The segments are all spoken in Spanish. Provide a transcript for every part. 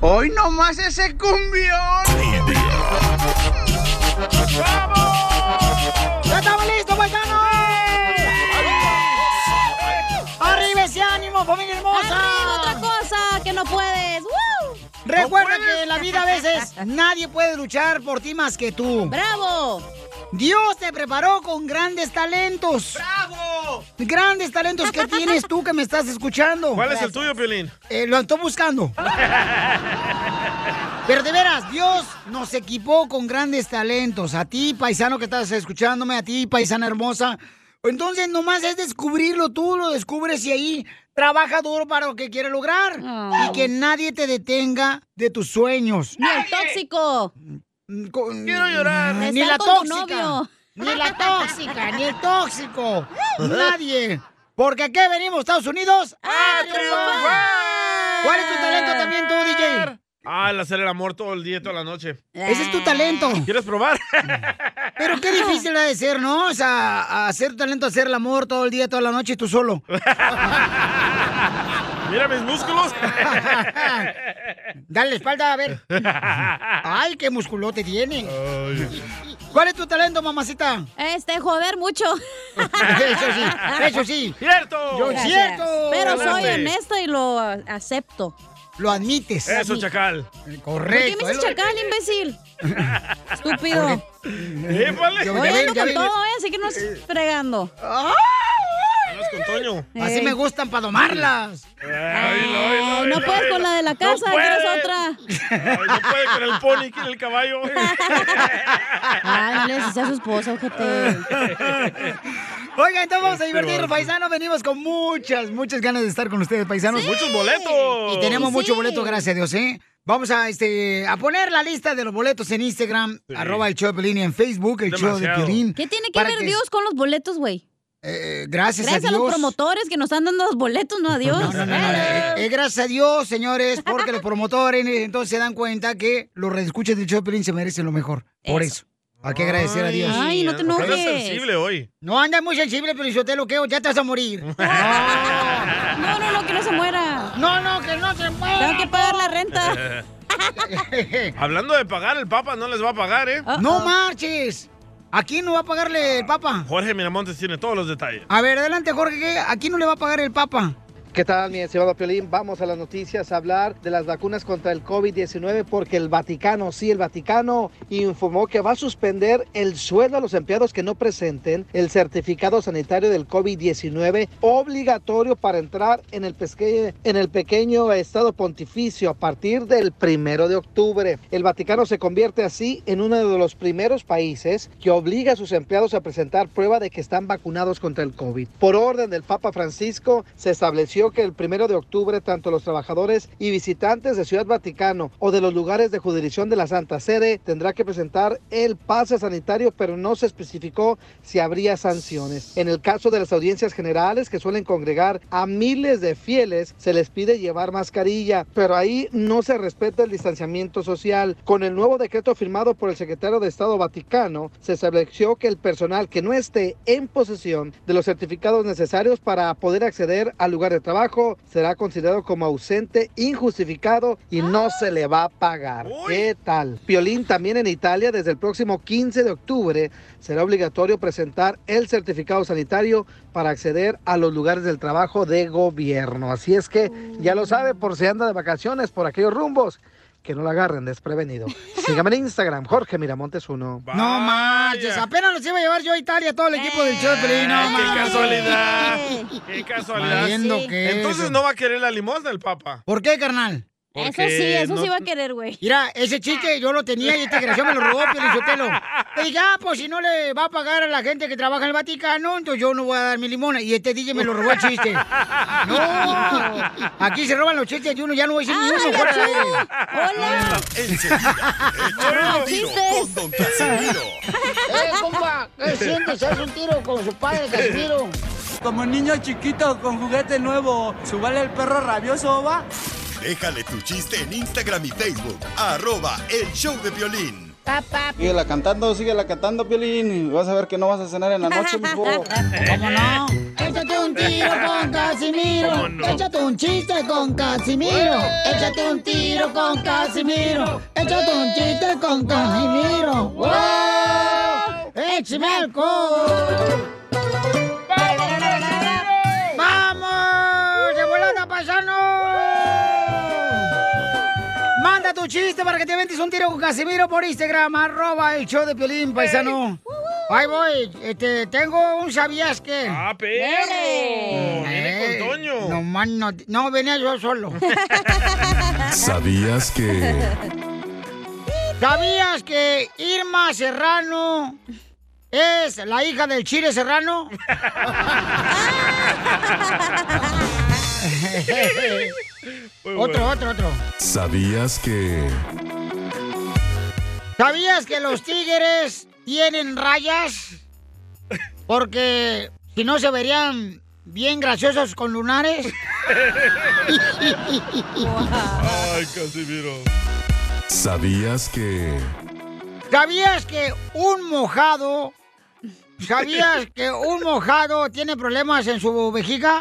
Hoy nomás ese cumbión. ¡Vamos! ¡Ya estamos listos, paisanos! ¡Arriba ese ánimo, familia hermosa! ¡Arriba otra cosa que no puedes! ¡Woo! Recuerda que en la vida a veces nadie puede luchar por ti más que tú. ¡Bravo! Dios te preparó con grandes talentos. ¡Bravo! Grandes talentos que tienes tú que me estás escuchando. ¿Cuál es el tuyo, Piolín? Eh, lo estoy buscando. Pero de veras, Dios nos equipó con grandes talentos. A ti, paisano que estás escuchándome, a ti, paisana hermosa. Entonces, nomás es descubrirlo tú, lo descubres y ahí trabaja duro para lo que quieres lograr. Y que nadie te detenga de tus sueños. Oh. Mm, ¡Ni el tóxico! Quiero llorar. Ni la Estar con tu tóxica. novio. Ni la tóxica, ni el tóxico. Nadie. Porque aquí venimos, Estados Unidos, a triunfar. ¿Cuál es tu talento también tú, DJ? Ah, el hacer el amor todo el día, toda la noche. Ese es tu Ah. talento. ¿Quieres probar? Pero qué difícil ha de ser, ¿no? O sea, a- hacer tu talento, hacer el amor todo el día, toda la noche, tú solo. Mira mis músculos. Dale la espalda, a ver. Ay, qué musculote tiene. ¿Cuál es tu talento, mamacita? Este, joder mucho. Eso sí, eso sí. ¡Cierto! Yo Gracias. cierto. Pero soy Adelante. honesto y lo ah, acepto. Lo admites. Eso, chacal. ¿Por qué Correcto. me es dices lo- chacal, imbécil? Estúpido. ¡Épale! Yo- Hoy ya ven, ando ya con ven. todo, ¿eh? Así que no estés fregando. Hablas con Toño. Así Ey. me gustan para domarlas. Ay, no puedes con la de la casa, puede. ¿quieres otra? Ay, no puede con el pony, quiere el caballo. Ay, no le decís a su esposa, ojete. Oiga, entonces vamos a Este divertirnos, vato. paisanos. Venimos con muchas, muchas ganas de estar con ustedes, paisanos. ¡Muchos boletos! Y tenemos Sí. mucho boleto, gracias a Dios, ¿eh? Vamos a, este, a poner la lista de los boletos en Instagram, Sí. arroba el show de Piolín, y en Facebook, el show de Demasiado. Piolín. ¿Qué tiene que Para ver Dios con los boletos, güey? eh, gracias, Gracias a, a Dios. los promotores que nos están dando los boletos, no a Dios. No, no, no, no, eh, eh, gracias a Dios, señores, porque los promotores eh, entonces se dan cuenta que los redescuchas del show de Piolín se merecen lo mejor. Por eso. Hay que agradecer a Dios. Ay, no te Anda enojes. sensible hoy. No andas muy sensible, pero yo te lo queo, ya te vas a morir. No, no, no, que no se muera. No, no, que no se muera. Tengo que pagar la renta. Hablando de pagar, el Papa no les va a pagar, ¿eh? Oh, No oh. marches. ¿A quién no va a pagarle el Papa? Ah, Jorge Miramontes tiene todos los detalles. A ver, adelante, Jorge, ¿qué? ¿a quién no le va a pagar el Papa? ¿Qué tal, mi estimado Piolín? Vamos a las noticias a hablar de las vacunas contra el COVID-19 porque el Vaticano, sí, el Vaticano informó que va a suspender el sueldo a los empleados que no presenten el certificado sanitario del COVID-19 obligatorio para entrar en el, pesque- en el pequeño estado pontificio a partir del primero de octubre. El Vaticano se convierte así en uno de los primeros países que obliga a sus empleados a presentar prueba de que están vacunados contra el COVID. Por orden del Papa Francisco, se estableció que el primero de octubre, tanto los trabajadores y visitantes de Ciudad Vaticano o de los lugares de jurisdicción de la Santa Sede tendrá que presentar el pase sanitario, pero no se especificó si habría sanciones. En el caso de las audiencias generales, que suelen congregar a miles de fieles, se les pide llevar mascarilla, pero ahí no se respeta el distanciamiento social. Con el nuevo decreto firmado por el secretario de Estado Vaticano, se estableció que el personal que no esté en posesión de los certificados necesarios para poder acceder al lugar de trabajo será considerado como ausente, injustificado y no se le va a pagar. Uy. ¿Qué tal? Piolín también en Italia, desde el próximo 15 de octubre, será obligatorio presentar el certificado sanitario para acceder a los lugares del trabajo de gobierno. Así es que ya lo sabe por si anda de vacaciones por aquellos rumbos, que no lo agarren desprevenido. Sígame en Instagram, Jorge Miramontes 1. No marches, Vaya. apenas los iba a llevar yo a Italia, todo el equipo del show de Piolín, no Ah, Ay, qué marches. casualidad. Eh, Qué Valiente. casualidad. Sabiendo Sí. que Entonces eso. no va a querer la limosna el Papa. ¿Por qué, carnal? Eso Porque sí, eso no- sí va a querer, güey. Mira, ese chiste yo lo tenía y esta creación me lo robó Pelichotelo. Y ya, pues si no le va a pagar a la gente que trabaja en el Vaticano, entonces yo no voy a dar mi limona. Y este DJ me lo robó el chiste. No, aquí se roban los chistes y uno ya no voy a decir ni ¡Ay, uno fuera del achú! aire. ¡Hola! ¡No chistes! ¡Eh, compa! ¿Qué sientes? ¿Haz un tiro con su padre, Casimiro? Como niño chiquito con juguete nuevo, subale el perro rabioso, va. Déjale tu chiste en Instagram y Facebook. Arroba el show de violín. Síguela cantando, síguela cantando, Piolín. Vas a ver que no vas a cenar en la noche, mijo. ¿Cómo no? Échate un tiro con Casimiro. ¿Cómo no? Échate un chiste con Casimiro. Échate un tiro con Casimiro. Échate un chiste con Casimiro. ¡Wow! ¡Échame alcohol! ¡Vamos! ¡De volada, paisano! Manda tu chiste para que te ventes un tiro con Casimiro por Instagram, arroba el show de Piolín, paisano. Ahí voy, este, tengo un sabías que. ¡Ah, perro! Viene con Toño. No, man, no, no, venía yo solo. ¿Sabías que... ¿Sabías que Irma Serrano es la hija del Chile Serrano? otro, otro, otro. ¿Sabías que... ¿Sabías que los tigres tienen rayas? Porque si no se verían bien graciosos con lunares. Ay, Casimiro. ¿Sabías que... ¿Sabías que un mojado... ¿Sabías que un mojado tiene problemas en su vejiga?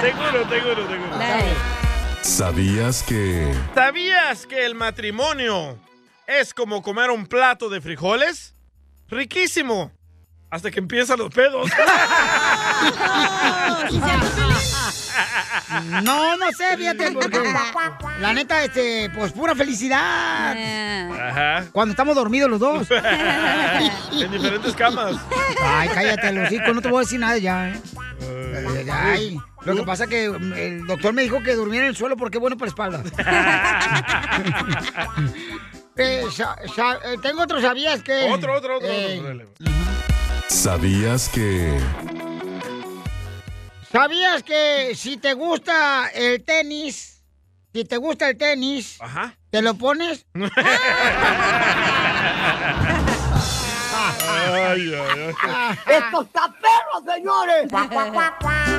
Seguro, seguro, seguro. ¿Sabías que... ¿Sabías que el matrimonio es como comer un plato de frijoles? Riquísimo. Hasta que empiezan los pedos. No, no sé, fíjate, porque la neta, este, pues pura felicidad. Eh. Ajá. Cuando estamos dormidos los dos. en diferentes camas. Ay, cállate, el hocico, no te voy a decir nada ya, ¿eh? Ay, ay. Lo que pasa que mm, el doctor me dijo que durmiera en el suelo porque es bueno para espalda. Eh, sa- sa- eh, tengo otro, ¿sabías que? Otro, otro, otro. Eh, otro, dale. ¿Sabías que... ¿Sabías que si te gusta el tenis, si te gusta el tenis, te lo pones? Ay, ay, ay. ¡Esto está perro, señores!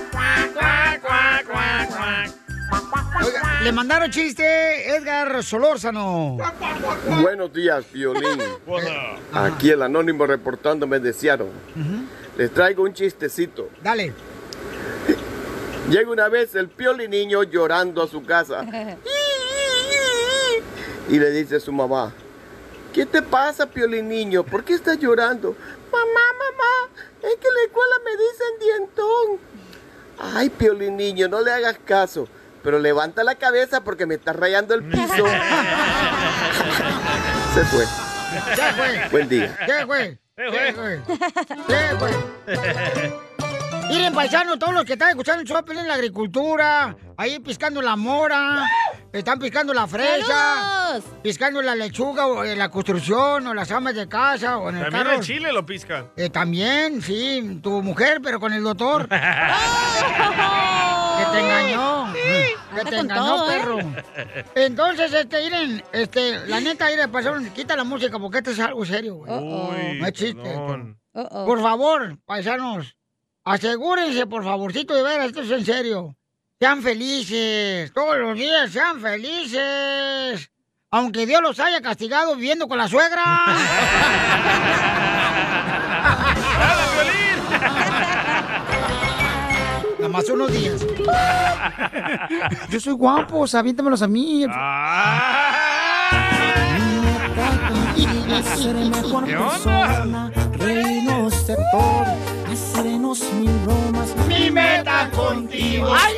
Oiga, le mandaron chiste Edgar Solórzano. Buenos días, violín. Aquí el anónimo reportándome de Seattle. Les traigo un chistecito. Dale. Llega una vez el pioli niño llorando a su casa y le dice a su mamá, ¿qué te pasa, pioli niño? ¿Por qué estás llorando? Mamá, mamá, es que en la escuela me dicen dientón. Ay, pioli niño, no le hagas caso, pero levanta la cabeza porque me estás rayando el piso. Se fue. Ya fue. Buen día. Ya fue. Ya fue. Ya fue. Miren, paisanos, todos los que están escuchando el show Pelín en la agricultura, ahí piscando la mora, están piscando la fresa, piscando la lechuga o en la construcción o las amas de casa o en el También carro. en Chile lo piscan. Eh, también, sí, tu mujer, pero con el doctor. que te engañó. Que Anda te con engañó, todo, ¿eh? perro. Entonces, este, miren, este, la neta, miren, pasaron, quita la música porque esto es algo serio, güey. no es chiste. Por favor, paisanos, asegúrense, por favorcito, de ver, esto es en serio. Sean felices, todos los días sean felices. Aunque Dios los haya castigado viviendo con la suegra. Nada más unos días. Yo soy guapo, aviéntamelos a mí. Ah. ¿Qué ¿Qué onda? onda? Reírnos de todo, hacernos mil bromas. Mi meta contigo. ¡Ay,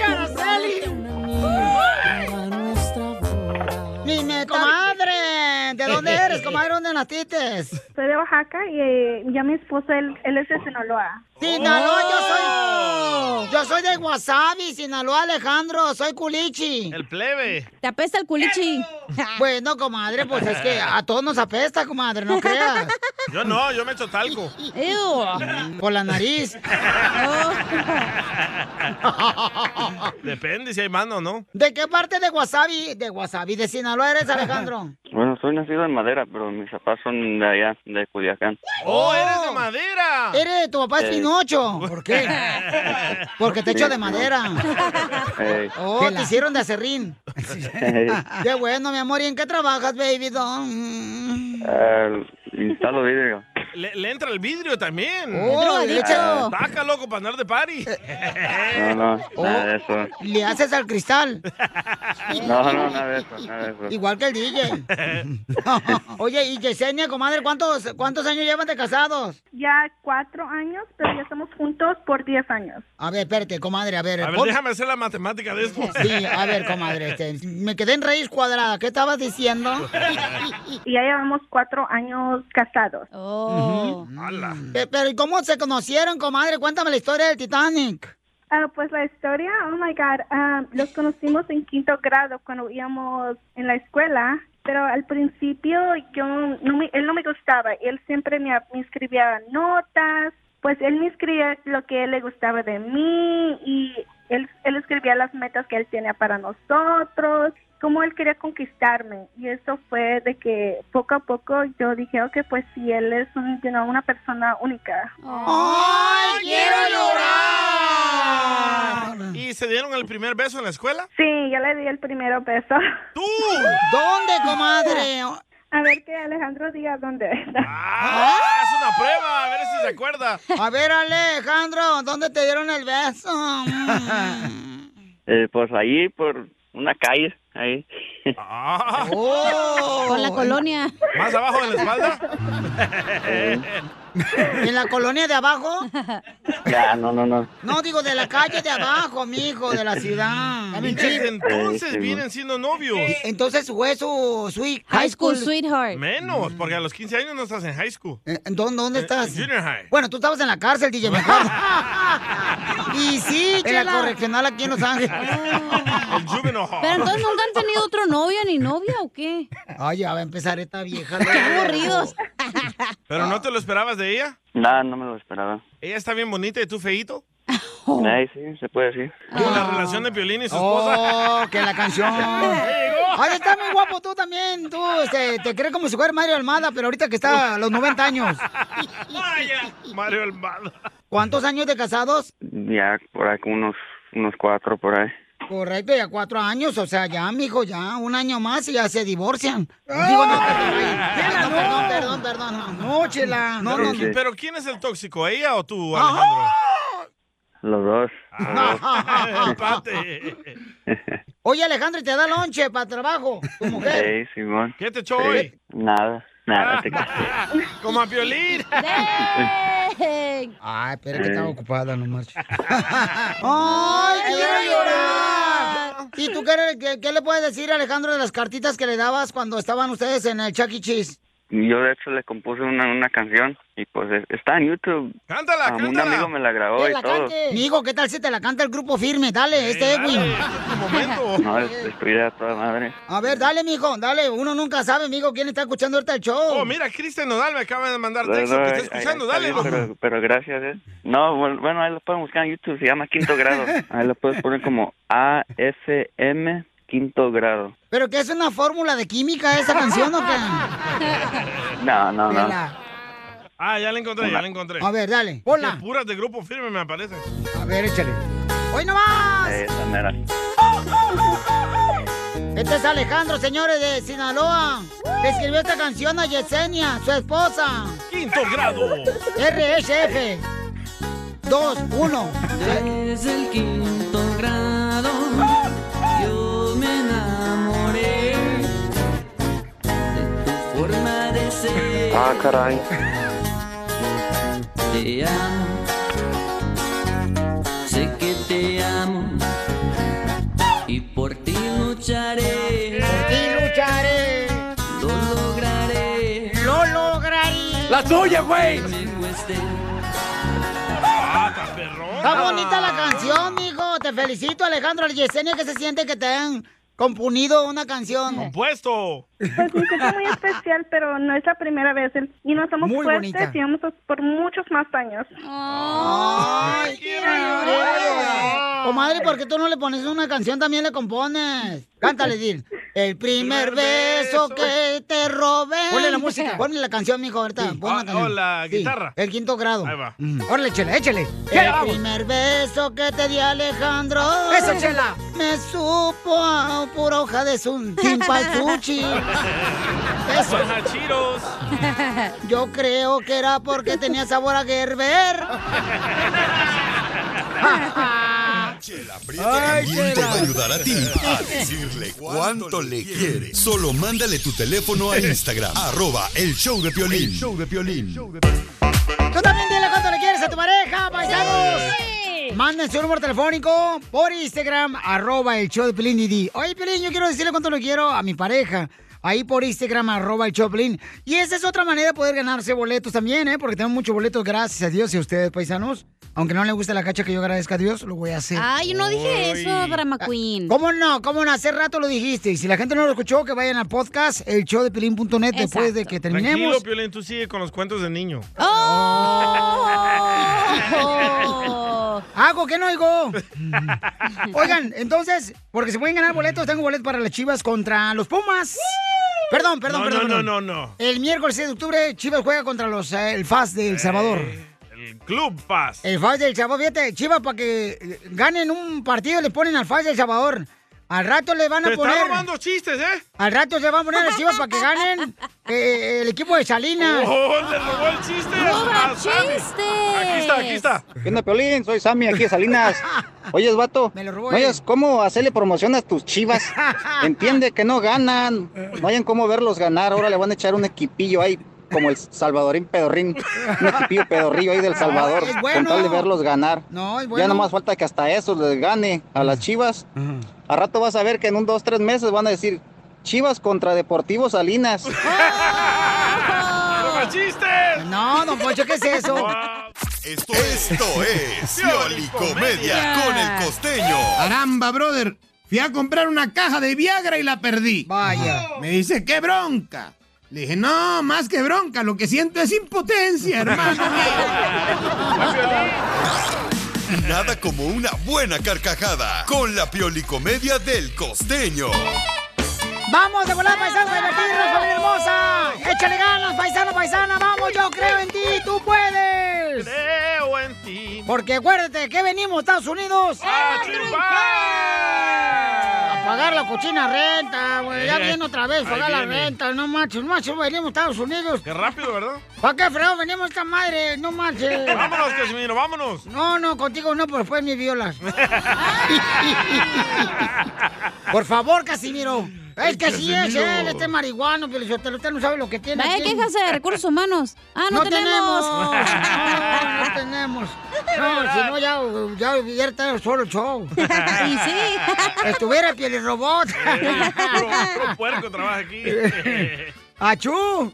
Mi meta. Comadre, ¿de dónde eres, comadre? ¿Dónde naciste? Soy de Oaxaca y eh, ya mi esposo, él, él es de Sinaloa. Sinaloa, yo soy. Yo soy de Wasabi, Sinaloa, Alejandro, soy culichi. El plebe. ¿Te apesta el culichi? Bueno, comadre, pues es que a todos nos apesta, comadre, no creas. Yo no, yo me echo talco. Por la nariz. Oh. Depende si hay mano o no. ¿De qué parte de Wasabi? De Wasabi, de Sinaloa eres, Alejandro. Bueno, soy nacido en Madera, pero mis papás son de allá, de Culiacán. ¡Oh, eh. eres de madera! Eres, tu papá es Eh. Pinocho. ¿Por qué? Porque te echo de madera. Ey. Oh, te hicieron de acerrín. Ey. Qué bueno, mi amor. ¿Y en qué trabajas, baby? don? Ah, eh, instalo vidrio. le, le entra el vidrio también. Eh, Oh, drogadicto. Taca, loco, para andar de party. No, no, Oh. nada de eso. Le haces al cristal, No, no, nada de eso, nada de eso. igual que el DJ. Oye, y Yesenia, comadre, ¿cuántos, cuántos años llevan de casados? Ya cuatro años, pero ya estamos juntos por diez años. A ver, espérate, comadre, a ver. A ver, pon- déjame hacer la matemática de esto. Sí, a ver, comadre, este, me quedé en raíz cuadrada. ¿Qué estabas diciendo? Y ya llevamos cuatro años casados. Oh. Pe- Pero, ¿y cómo se conocieron, comadre? Cuéntame la historia del Titanic. Ah, pues la historia, oh my God, ah, los conocimos en quinto grado cuando íbamos en la escuela, pero al principio yo no me- él no me gustaba, él siempre me, me escribía notas, pues él me escribía lo que él le gustaba de mí y él, él escribía las metas que él tenía para nosotros, cómo él quería conquistarme y eso fue de que poco a poco yo dije, ok, pues si él es un, you know, una persona única. ¡Ay, quiero ¿Y se dieron el primer beso en la escuela? Sí, yo le di el primero beso. ¡Tú! ¿Dónde, comadre? A ver que Alejandro diga dónde. ¡Ah! Es una prueba, a ver si se acuerda. A ver, Alejandro, ¿dónde te dieron el beso? Mm. Eh, pues ahí, por una calle, ahí. Ah. Oh. Con la colonia. Oh, ¿Más abajo de la espalda? Eh, Eh. ¿En la colonia de abajo? Ya, no, no, no. No, digo, de la calle de abajo, mijo, de la ciudad. Desde entonces vienen siendo novios. Entonces fue su sweet High school sweetheart. Menos, porque a los 15 años no estás en high school. Eh, Eh, ¿Dónde, dónde estás? Junior high. Bueno, tú estabas en la cárcel, DJ, me acuerdo. y sí, En la Chela. correccional aquí en Los Ángeles. El juvenile hall. Pero entonces nunca han tenido otro novio ni novia o qué? Ay, ya va a empezar esta vieja. Qué aburridos. ¿Pero no te lo esperabas de ella? No, no me lo esperaba. ¿Ella está bien bonita y tú feíto? Ahí sí, se puede decir. Como Ah. la relación de Piolín y su Oh, esposa. que la canción. Ay, está muy guapo tú también. Tú este, te crees como si fuera Mario Almada, pero ahorita que está a los 90 años. Vaya, Mario Almada. ¿Cuántos años de casados? Ya, por ahí, como unos, unos cuatro, por ahí. Correcto, ya cuatro años. O sea, ya, mijo, ya un año más y ya se divorcian. Digo, no, perdón, perdón, perdón, perdón. No, no, chela. No, no, pero, no. pero ¿quién es el tóxico? ¿Ella o tú, Alejandro? Los dos. Ah. Los dos. Empate. Oye, Alejandro, ¿y te da lonche para trabajo? ¿Tu mujer? Ey, Simón. ¿Qué te echó hoy? Ah. Nada, nada. te creas. Como a Piolín. Ay, pero que Eh. estaba ocupada, no marches. ¡Ay, quiero llorar! ¿Y tú qué, le- qué- qué le puedes decir, Alejandro, de las cartitas que le dabas cuando estaban ustedes en el Chuck E. Cheese? Yo, de hecho, le compuse una, una canción y pues es- está en YouTube. Ah, Cántala, Un amigo me la grabó Que y la todo. cante. Mijo, ¿qué tal si te la canta el grupo firme? Dale, este Edwin. No, es- estuviera a toda madre. A ver, dale, mijo, dale. Uno nunca sabe, mijo, quién está escuchando ahorita el show. Oh, mira, Cristian Nodal me acaba de mandar texto. No, no, Te ahí- está escuchando, ahí dale, está bien, loco. Pero, pero gracias, ¿eh? No, bueno, bueno, ahí lo pueden buscar en YouTube, se llama Quinto Grado. Ahí lo puedes poner como AFM Quinto Grado. ¿Pero qué es una fórmula de química esa canción o qué? No, no, no. Vela. Ah, ya la encontré, ya la encontré. A ver, dale. Hola. puras de grupo firme me aparecen. A ver, échale. ¡Hoy nomás! Eh, esa mera. Este es Alejandro, señores de Sinaloa. Le escribió esta canción a Yesenia, su esposa. Quinto grado. RSF. 2, 1. Desde el quinto grado yo me enamoré de tu forma de ser. Ah, caray. Te amo, sé que te amo y por ti lucharé. Por ti lucharé. Lo lograré. Lo lograré. La tuya, güey. este. Está bonita la canción, mijo. Te felicito, Alejandro. Yesenia, que se siente que te han componido una canción. Puesto. Pues me siento muy especial, pero no es la primera vez. El- Y nos somos Muy fuertes bonita. y vamos a- por muchos más años. Ay, quiero llorar. Comadre, ¿por qué tú no le pones una canción? También le compones. Cántale, Dil. El primer beso que te robé. Ponle la música. Ponle la canción, mijo, ahorita. Pon la canción. oh, la Sí, guitarra. el quinto grado. Ahí va. Mm. Órale, chela, échale. Chela, el vamos. primer beso que te di, Alejandro. Eso, chela. Me supo a pura hoja de su chimpalchuchi. Eso. Hachiros. Yo creo que era porque tenía sabor a Gerber. Chela Prieto también te va a ayudar a ti a decirle cuánto le quiere. Solo mándale tu teléfono a Instagram, arroba el show de Piolín. show de Piolín. Tú también dile cuánto le quieres a tu pareja, paisanos. Manden su número telefónico por Instagram, arroba el show de Pelín Didi. Oye, Pelín, yo quiero decirle cuánto lo quiero a mi pareja. Ahí por Instagram, arroba el show de Pelín. Y esa es otra manera de poder ganarse boletos también, ¿eh? Porque tengo muchos boletos, gracias a Dios y a ustedes, paisanos. Aunque no le guste la cacha que yo agradezca a Dios, lo voy a hacer. Ay, yo no dije eso, Drama Queen. ¿Cómo no? ¿Cómo no? Hace rato lo dijiste. Y si la gente no lo escuchó, que vayan al podcast, el show de Pelín.net, después de que Tranquilo, terminemos. Oh. Piolín, tú sigue con los cuentos de niño. Hago que no oigo. Oigan, entonces, porque se pueden ganar boletos, tengo boletos para las Chivas contra los Pumas. Perdón, perdón, No, perdón. no, perdón. no, no, no. El miércoles 6 de octubre, Chivas juega contra los eh, el FAS de El Salvador. Eh, El Club Paz. El FAS del Salvador, fíjate, Chivas, para que eh, ganen un partido, le ponen al FAS del Salvador. Al rato le van a Te está poner. robando chistes, ¿eh? Al rato se van a poner las Chivas para que ganen eh, el equipo de Salinas. ¡Oh, le robó el chiste! ¡Roba a Sammy. chistes! Aquí está, aquí está. ¿Qué onda, Piolín? Soy Sammy, aquí de Salinas. Oyes, vato, Me lo robó no hayas cómo hacerle promoción a tus chivas. Entiende que no ganan. No hayan cómo verlos ganar. Ahora le van a echar un equipillo ahí, como el salvadorín pedorrín. Un equipillo pedorrillo ahí del Salvador. Es Con bueno. tal de verlos ganar. No, es Ya bueno. nomás falta que hasta eso les gane a las chivas. A rato vas a ver que en un, dos, tres meses van a decir... Chivas contra Deportivo Salinas. ¡Roba chistes! No, don Poncho, ¿qué es eso? Esto, esto es Pioli Comedia con el costeño. Caramba, brother. Fui a comprar una caja de Viagra y la perdí. Vaya. Me dice, qué bronca. Le dije, no, más que bronca, lo que siento es impotencia, hermano. Nada como una buena carcajada con la Pioli Comedia del costeño. ¡Vamos de volar, paisanos, a divertirnos, familia hermosa! ¡Échale ganas, paisano, paisana! ¡Vamos, yo creo en ti! ¡Tú puedes! ¡Creo en ti! Porque acuérdate que venimos, Estados Unidos, ¡A triunfar! a pagar la cochina renta, güey. Ya Eh, viene otra vez, ahí pagar la viene. renta, no manches, no manches, venimos a Estados Unidos. Qué rápido, ¿verdad? ¿Para qué fregado venimos esta madre? No manches. Vámonos, Casimiro, vámonos. No, no, contigo no, porque después me violas. Por favor, Casimiro. Es que sí es Casimiro. él, este marihuano, pero usted no sabe lo que tiene. Vaya aquí. quejarse de recursos humanos. Ah, no, tenemos. No, no tenemos. No, si no, ya, ya hubiera estado solo el show. Y sí. Estuviera piel robot. Eh, puro, Ah. puro puerco trabaja aquí. ¡Achú!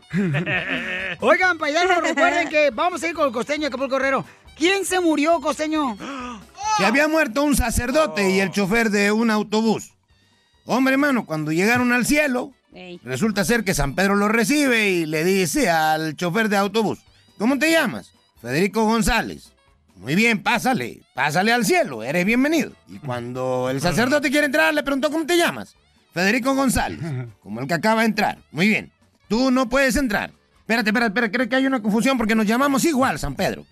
Oigan, paisanos, recuerden que vamos a ir con el costeño de Correro. ¿Quién se murió, costeño? Se había muerto un sacerdote y el chofer de un autobús. Hombre, hermano, cuando llegaron al cielo, resulta ser que San Pedro lo recibe y le dice al chofer de autobús, ¿cómo te llamas? Federico González. Muy bien, pásale, pásale al cielo, eres bienvenido. Y cuando el sacerdote quiere entrar, le preguntó, ¿cómo te llamas? Federico González, como el que acaba de entrar. Muy bien, tú no puedes entrar. Espérate, espérate, espérate, creo que hay una confusión porque nos llamamos igual, San Pedro.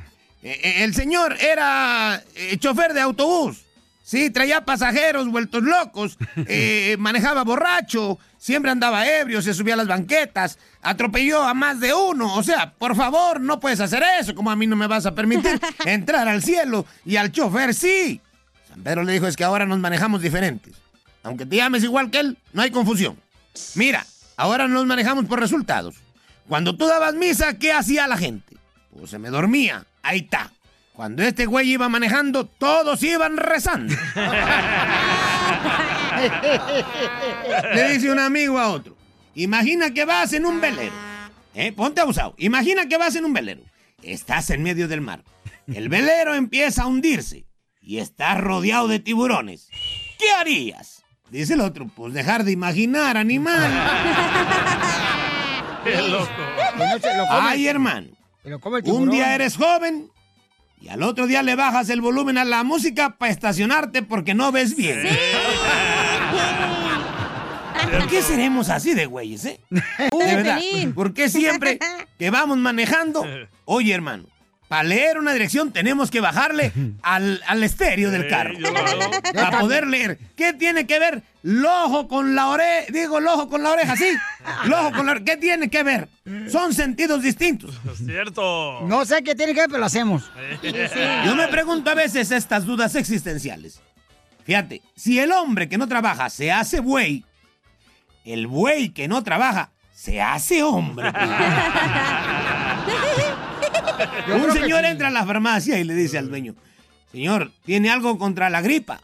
Eh, eh, el señor era eh, chofer de autobús. Sí, traía pasajeros vueltos locos, eh, manejaba borracho, siempre andaba ebrio, se subía a las banquetas, atropelló a más de uno. O sea, por favor, no puedes hacer eso, como a mí no me vas a permitir entrar al cielo y al chofer sí. San Pedro le dijo, es que ahora nos manejamos diferentes. Aunque te llames igual que él, no hay confusión. Mira, ahora nos manejamos por resultados. Cuando tú dabas misa, ¿qué hacía la gente? Pues se me dormía. Ahí está. Cuando este güey iba manejando, todos iban rezando. Le dice un amigo a otro. Imagina que vas en un velero. ¿Eh? Ponte abusado. Imagina que vas en un velero. Estás en medio del mar. El velero empieza a hundirse y estás rodeado de tiburones. ¿Qué harías? Dice el otro, pues dejar de imaginar, animal. Qué loco. Ay, hermano. Un día eres joven y al otro día le bajas el volumen a la música para estacionarte porque no ves bien. ¿Por qué seremos así de güeyes, eh? de verdad. ¿Por qué siempre que vamos manejando? Oye, hermano, para leer una dirección tenemos que bajarle al, al estéreo del carro. Para poder leer. ¿Qué tiene que ver el ojo con la oreja? Digo, el ojo con la oreja, sí. El ojo con la oreja. ¿Qué tiene que ver? Son sentidos distintos. Cierto. No sé qué tiene que ver, pero lo hacemos. Yo me pregunto a veces estas dudas existenciales. Fíjate, si el hombre que no trabaja se hace buey, el buey que no trabaja se hace hombre. Yo Un creo que señor sí. entra a la farmacia y le dice al dueño, señor, ¿tiene algo contra la gripa?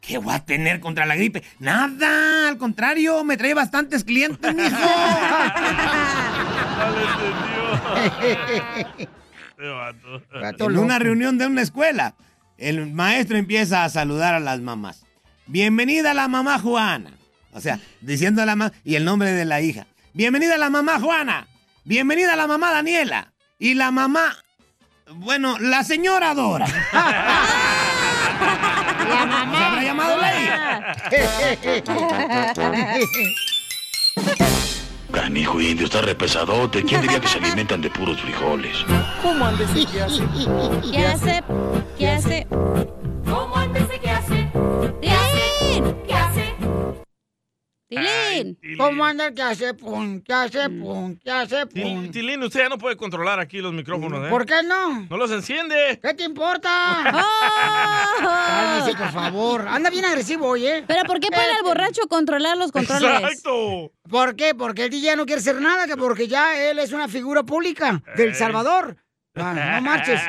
¿Qué voy a tener contra la gripe? Nada, al contrario, me trae bastantes clientes, mijo. En una reunión de una escuela, el maestro empieza a saludar a las mamás. Bienvenida la mamá Juana. O sea, diciendo la mamá y el nombre de la hija. Bienvenida la mamá Juana. Bienvenida la mamá Daniela. Y la mamá, bueno, la señora Dora. La mamá. ¿Se habrá llamado la hija? Canijo indio, está repesadote. ¿Quién diría que se alimentan de puros frijoles? ¿Cómo andes y qué hace? ¿Qué hace? ¿Qué hace? ¿Cómo andes y qué hace? ¿Qué hace? ¿Qué hace? Tilín. ¿Cómo anda el que hace pum? ¿Qué hace pum? ¿Qué hace pum? Til- Tilín, usted ya no puede controlar aquí los micrófonos, ¿eh? ¿Por qué no? No los enciende. ¿Qué te importa? Cálmese, por favor. Anda bien agresivo hoy, ¿eh? ¿Pero por qué ponen al borracho a controlar los controles? ¡Exacto! ¿Por qué? Porque el DJ no quiere hacer nada, que porque ya él es una figura pública del Ey. Salvador. Ah, no marches.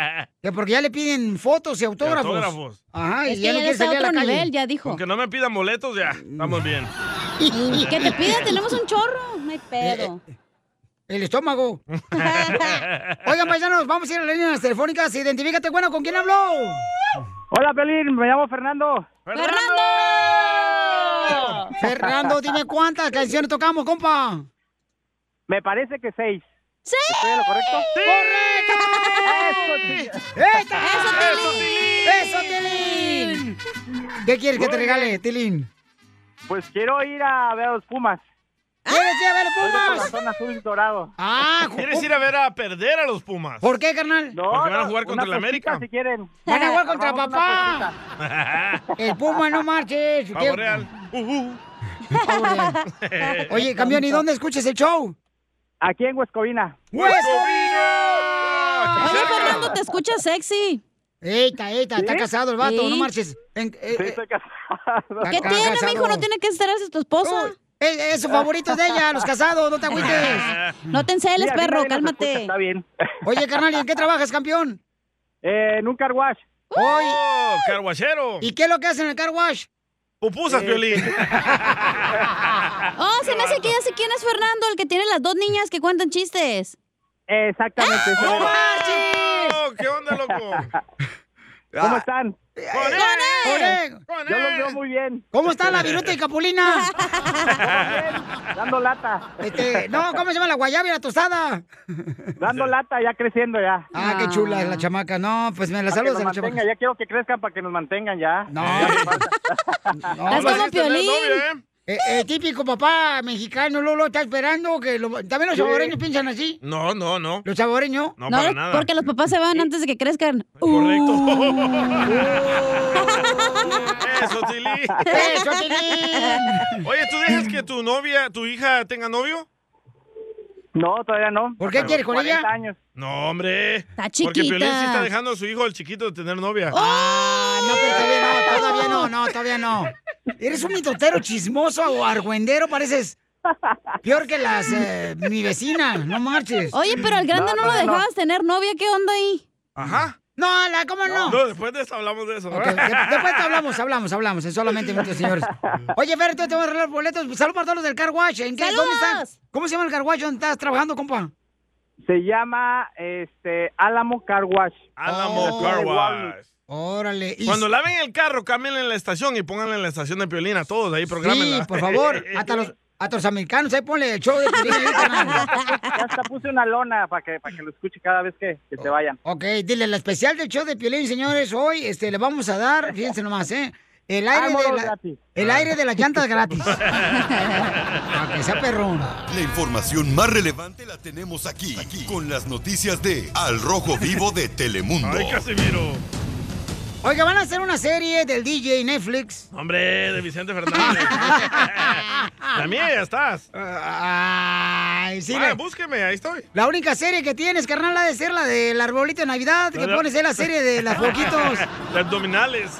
Que porque ya le piden fotos y autógrafos. autógrafos. Ajá, y ya no quiere salir a la calle. Mm. ya dijo. Aunque no me pidan boletos, ya, estamos bien. Y que te pida, tenemos un chorro. No hay pedo. Eh, El estómago. Oigan, paisanos, vamos a ir a las líneas telefónicas. Identifícate, bueno, ¿con quién habló? Hola, Pelín, me llamo Fernando. ¡Fernando! Fernando, dime cuántas canciones tocamos, compa. Me parece que seis. ¡Sí! ¿Estoy en lo correcto? ¡Correcto! ¡Eso, ¡Eso, ¡Eso, Tilín! ¿Qué quieres que te regale, Tilín? Pues quiero ir a ver a los Pumas. ¿Quieres ir a ver Soy de Pumas? corazón azul y dorado. Ah, ¿Quieres ir a ver a perder a los Pumas? ¿Por qué, carnal? No, Porque van a no, jugar contra una el América. cosita si quieren. Van a jugar contra Armamos una papá. cosita. El Puma no marches. Pavo ¿Qué- Real. Eh, Pavo Real. Eh, Oye, campeón, ¿y dónde escuchas el show? Aquí en Huescovina. ¡Huescovina! Oye, Fernando, te escuchas sexy. Eita, eita, está casado el vato, no marches. eh, Sí, estoy casado. ¿Qué tiene, mijo? No tiene que enterarse tu esposa. Es, su favorito de ella, los casados, no te agüites. No te enceles, Sí, así nadie perro, nos cálmate. Está bien. Oye, carnal, ¿y en qué trabajas, campeón? Eh, en un car wash. Hoy. ¡Oh, carguachero! ¿Y qué es lo que hacen en el car wash? Pupusas, Eh. Piolín. Oh, se me hace que ya sé quién es Fernando, el que tiene las dos niñas que cuentan chistes. ¡Ah! Exactamente. ese ¡No mero. Oh, ¿Qué onda, loco? ¿Cómo están? ¡Con él! Yo los veo muy bien. ¿Cómo está la viruta y capulina? Dando lata. Este, no, ¿cómo se llama la guayaba y la tostada? Dando lata, ya creciendo ya. Ah, qué chula es la chamaca. No, pues me la Para que saludas a la nos mantenga, chamaca. ya quiero que crezcan para que nos mantengan ya. No. no, No, pues este no, Eh, eh, típico papá mexicano, Lolo, está esperando que lo- también los Sí. saboreños piensan así. No, no, no. Los saboreños. No, para los- nada. Porque los papás se van antes de que crezcan. Uh. Correcto. Eso, Tilín. ¡Eh, Oye, ¿tú dejas que tu novia, tu hija tenga novio? No, todavía no. ¿Por qué Hasta quieres los con ella? 40 años. No, hombre. Está Porque chiquita. Piolín sí está dejando a su hijo, el chiquito, de tener novia. ¡Oh! Ah, no, pero todavía no, todavía no, no, todavía no. Eres un mitotero chismoso o argüendero, pareces peor que las eh, mi vecina, no marches. Oye, pero al grande no, lo dejabas tener novia, ¿qué onda ahí? Ajá. No, la, ¿cómo no? No, después de eso hablamos de eso. Ok, pues, de- después te hablamos, hablamos, hablamos, en solamente minutos, señores. Oye, Fer, entonces te voy a arreglar boletos. Saludos para todos los del Car Wash. ¿En qué? ¿Dónde estás? ¿Cómo se llama el Car Wash? ¿Dónde estás trabajando, compa? Se llama este Álamo Car Wash. Álamo Oh. Car Wash. Órale. y- Cuando laven el carro, cámbienle en la estación y pónganle en la estación de Piolín a todos, ahí programenla. Sí, por Eh, favor, hasta los, hasta los americanos, ahí ponle el show de Piolín ahí, carnal. Ya hasta puse una lona para que, para que lo escuche cada vez que, que se vayan. Ok, dile, la especial del show de Piolín, señores, hoy este, le vamos a dar, fíjense nomás, ¿eh? El aire, Vámonos de la, gratis. el Ah. aire de las llantas gratis. Aunque sea perrón. La información más relevante la tenemos aquí, aquí, con las noticias de Al Rojo Vivo de Telemundo. Ay, Casimiro. Oiga, van a hacer una serie del DJ Netflix. Hombre, de Vicente Fernández. La mía ya estás. Ah, Ay, sí. Ah, la- búsqueme, ahí estoy. La única serie que tienes, carnal, ha de ser la del arbolito de Navidad, que No, no. pones es la serie de las foquitos. De abdominales.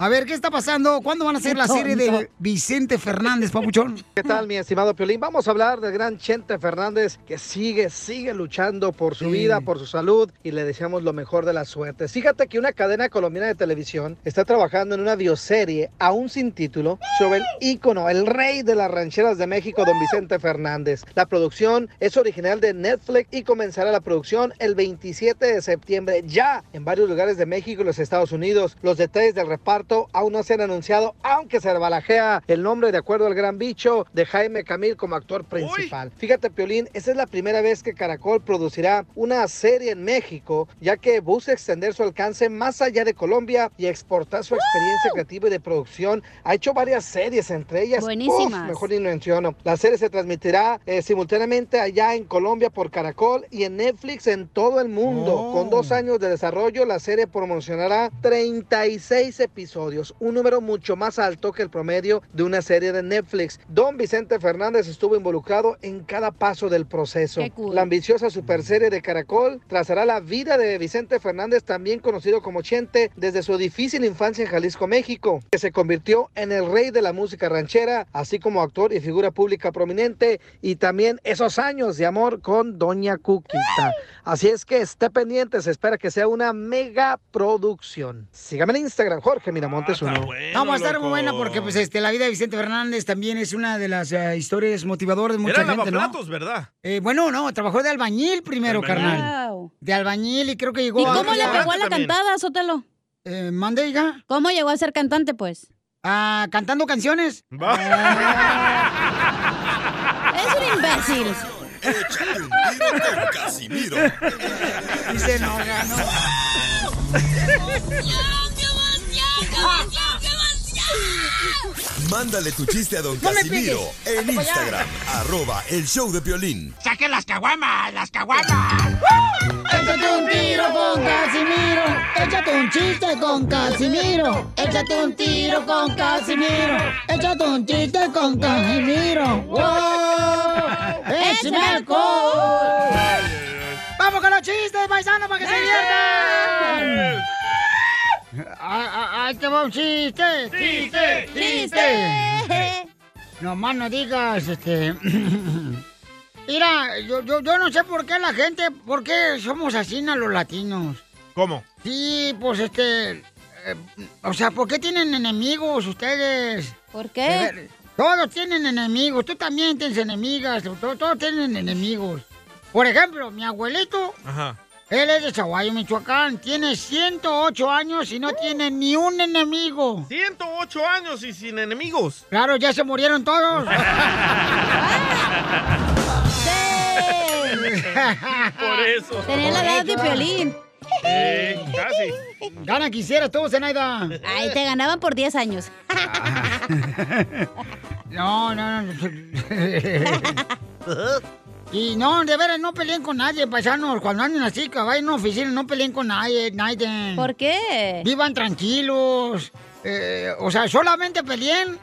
A ver, ¿qué está pasando? ¿Cuándo van a hacer la serie de Vicente Fernández, papuchón? ¿Qué tal, mi estimado Piolín? Vamos a hablar del gran Chente Fernández que sigue, sigue luchando por su Sí. vida, por su salud y le deseamos lo mejor de la suerte. Fíjate que una cadena colombiana de televisión está trabajando en una bioserie, aún sin título, sobre el ícono, el rey de las rancheras de México, don Vicente Fernández. La producción es original de Netflix y comenzará la producción el 27 de septiembre ya en varios lugares de México y los Estados Unidos. Los detalles del reparto aún no se han anunciado, aunque se balajea el nombre de acuerdo al gran bicho de Jaime Camil como actor principal. Fíjate, Piolín, esa es la primera vez que Caracol producirá una serie en México, ya que busca extender su alcance más allá de Colombia y exportar su experiencia creativa y de producción. Ha hecho varias series, entre ellas. Buenísimas. Uf, mejor ni lo menciono. La serie se transmitirá eh, simultáneamente allá en Colombia por Caracol y en Netflix en todo el mundo. Con dos años de desarrollo, la serie promocionará 36 episodios, un número mucho más alto que el promedio de una serie de Netflix. Don Vicente Fernández estuvo involucrado en cada paso del proceso. Qué cool. La ambiciosa super serie de Caracol trazará la vida de Vicente Fernández, también conocido como Chente, desde su difícil infancia en Jalisco, México, que se convirtió en el rey de la música ranchera, así como actor y figura pública prominente, y también esos años de amor con Doña Cuquita. Así es que esté pendiente, se espera que sea una mega producción. Sígame en Instagram, Jorge Miramontes uno. No, va a estar muy buena porque pues este la vida de Vicente Fernández también es una de las eh, historias motivadoras de mucha Era gente, ¿no? lavaplatos, ¿verdad? Eh, bueno, no, trabajó de albañil primero, Albañil. carnal. De albañil y creo que llegó ¿Y cómo le pegó a restaurante la también. cantada, Sótelo? Eh, mande, hija. ¿Cómo llegó a ser cantante, pues? Ah, cantando canciones. es un imbécil. Échate un tiro con Casimiro. Dice, no, ganó. Mándale tu chiste a don No me Casimiro pegues. en Voy allá. Instagram, arroba el show de violín. ¡Saque las caguamas! ¡Las caguamas! Échate un tiro con Casimiro. Échate un chiste con Casimiro. Échate un tiro con Casimiro. Échate un chiste con Casimiro. ¡Wow! ¡Échame alcohol! ¡Vamos con los chistes, paisanos, para que se diviertan! Ah, ¡Ay, qué buen chiste! ¡Chiste! ¡Chiste! No más no digas, este... Mira, yo, yo, yo no sé por qué la gente, por qué somos así ¿no, los latinos. ¿Cómo? Sí, pues este. eh, o sea, ¿por qué tienen enemigos ustedes? ¿Por qué? todos tienen enemigos, tú también tienes enemigas, to- todos, tienen enemigos. Por ejemplo, mi abuelito, Ajá. él es de Chaguayo, Michoacán, tiene 108 años y no tiene ni un enemigo. 108 Uh. años y sin enemigos. Claro, ya se murieron todos. Por eso. Tenía la edad de Piolín. Eh, casi. Gana quisieras tú, Zenaida. Ay, te ganaban por 10 años. No, no, no. Y no, de veras, no peleen con nadie, paisanos. Cuando anden así, que vayan a una oficina, no peleen con nadie, nadie. ¿Por qué? Vivan tranquilos. Eh, o sea, solamente peleen,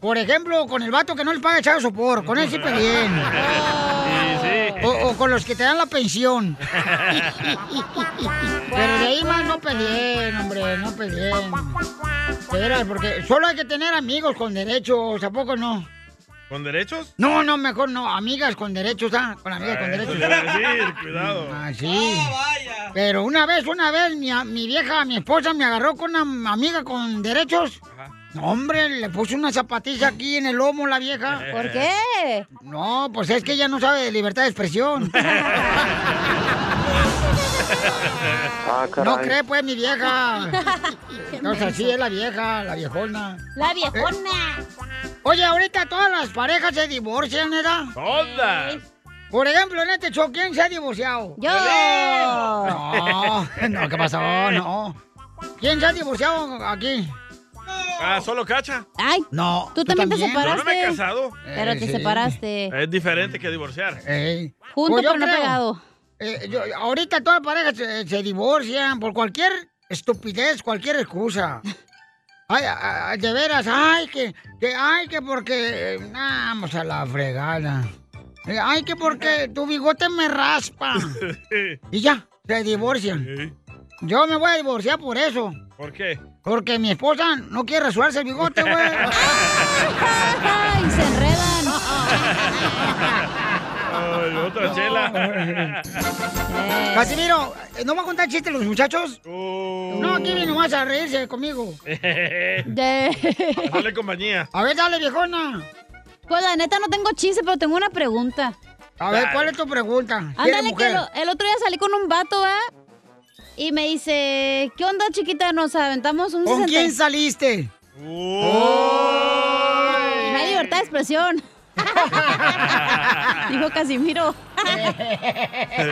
por ejemplo, con el vato que no le paga echado sopor. Con él sí peleen. O, o con los que te dan la pensión. Pero de ahí más no peleen, hombre, no peleen. De veras, porque solo hay que tener amigos con derechos, ¿a poco no? ¿Con derechos? No, no, mejor no. Amigas con derechos, ¿ah? Con amigas con Eso derechos. le iba a decir, pues, cuidado. Ah, sí. Pero una vez, una vez, mi, a- mi vieja, mi esposa me agarró con una amiga con derechos. No, hombre, le puse una zapatilla aquí en el lomo la vieja. ¿Por qué? No, pues es que ella no sabe de libertad de expresión. Ah, no cree, pues, mi vieja. O sea, sí, es la vieja, la viejona. Eh. La viejona. Oye, ahorita todas las parejas se divorcian, ¿verdad? Todas. Por ejemplo, en este show, ¿quién se ha divorciado? ¡Yo! No, no, ¿qué pasó? No. ¿Quién se ha divorciado aquí? Ah, solo cacha. Ay, no. Tú, también, te Yo separaste. no me he casado. Pero te separaste. Es diferente que divorciar. Junto, Pues yo pero no creo. pegado. Eh, yo- ahorita todas las parejas se, se divorcian por cualquier estupidez, cualquier excusa. Ay, a- a- de veras, ay, que, que- ay, que porque, eh, nah, vamos a la fregada. Eh, Ay, que porque tu bigote me raspa. Y ya, se divorcian. Yo me voy a divorciar por eso. ¿Por qué? Porque mi esposa no quiere rasuarse el bigote, güey. Y se enredan. Ay, otra chela. Casimiro, eh, ¿no va a contar chistes los muchachos? No, aquí viene nomás a reírse conmigo. Dale compañía. A ver, dale, viejona. Pues la neta no tengo chiste, pero tengo una pregunta. A ver, ¿cuál es tu pregunta? ¿Quieres Ándale, que mujer? lo- el otro día salí con un vato, ¿va? Y me dice, ¿qué onda, chiquita? Nos aventamos un ¿Con 60 quién saliste? No hay libertad de expresión. Dijo Casimiro.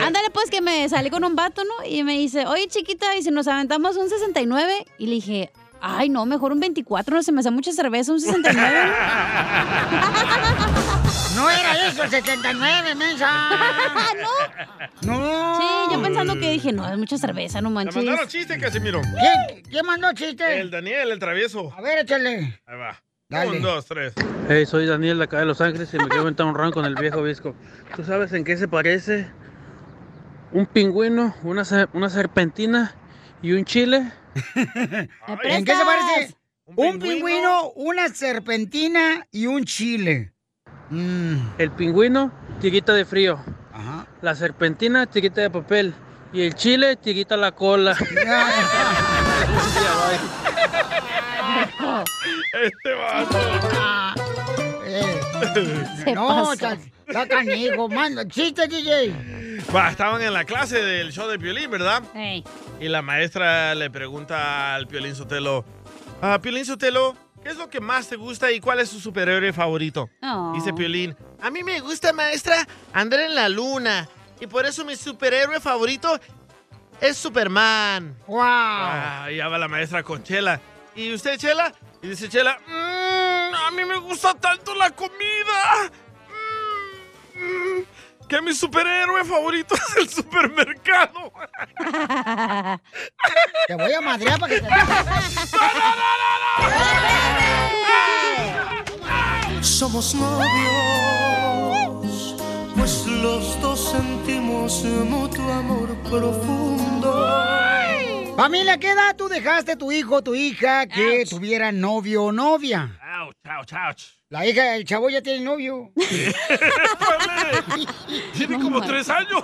Ándale, pues que me salí con un vato, ¿no? Y me dice, oye, chiquita, ¿y si nos aventamos un 69? Y le dije, ay, no, mejor un 24, no se me hace mucha cerveza, un 69. ¿no?". No era eso, el 79, mensa. ¿No? No. Sí, yo pensando que dije, no, es mucha cerveza, no Te manches. mandaron chiste, Casimiro. ¿Quién, ¿Quién mandó chiste? El Daniel, el travieso. A ver, échale. Ahí va. Dale. Un, dos, tres. Hey, soy Daniel de acá de Los Ángeles y me quiero aventar un round con el viejo Visco. ¿Tú sabes en qué se parece un pingüino, una, ce- una serpentina y un chile? ¿En qué se parece? Un pingüino, una serpentina y un chile. El pingüino, tirita de frío. Ajá. La serpentina, tirita de papel. Y el chile, tirita la cola. Este vato. Ah. Eh, Se no, pasó. está, está canijo. Manda chiste, DJ. Va, estaban en la clase del show de Piolín, ¿verdad? Y la maestra le pregunta al Piolín Sotelo, ah, Piolín Sotelo, ¿qué es lo que más te gusta y cuál es tu superhéroe favorito? Oh. Dice Piolín, A mí me gusta, maestra, andar en la luna. Y por eso mi superhéroe favorito es Superman. ¡Wow! ah, ya va la maestra con Chela. ¿Y usted, Chela? Y dice Chela, "Mm, a mí me gusta tanto la comida. Mm, mm, que mi superhéroe favorito es el supermercado. Te voy a madrear para que te... Somos novios, pues los dos sentimos mutuo amor profundo. Familia, ¿qué edad tú dejaste tu hijo o tu hija que tuviera novio o novia? Ouch, ouch, ouch. La hija del chavo ya tiene novio. Tiene como tres años,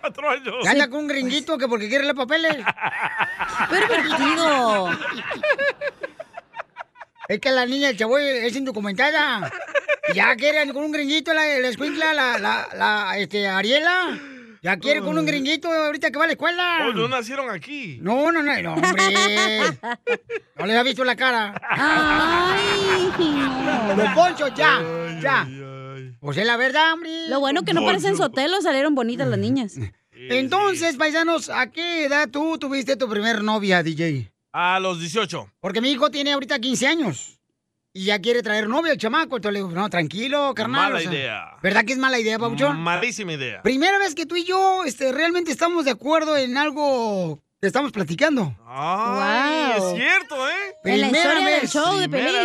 cuatro años. Ya anda con un gringuito que porque quiere los papeles. Pervertido. Es que la niña del chavo es indocumentada. Ya quiere con un gringuito la, la escuincla, la, la, la, este, Ariela. Ya quiere con un gringuito ahorita que va a la escuela. Oh, no nacieron aquí. No, no, no, no, hombre. No les ha visto la cara. Ay. Los ponchos, ya, ya. Pues es la verdad, hombre. Lo bueno que no parecen sotelos, salieron bonitas las niñas. Entonces, paisanos, ¿a qué edad tú tuviste tu primer novia, DJ? A los 18. Porque mi hijo tiene ahorita 15 años. Y ya quiere traer novia el chamaco. Entonces le digo, no, tranquilo, carnal. Mala o sea, idea. ¿Verdad que es mala idea, Pabuchón? Malísima idea. Primera vez que tú y yo este, realmente estamos de acuerdo en algo que estamos platicando. Ay, es cierto, ¿eh? Primera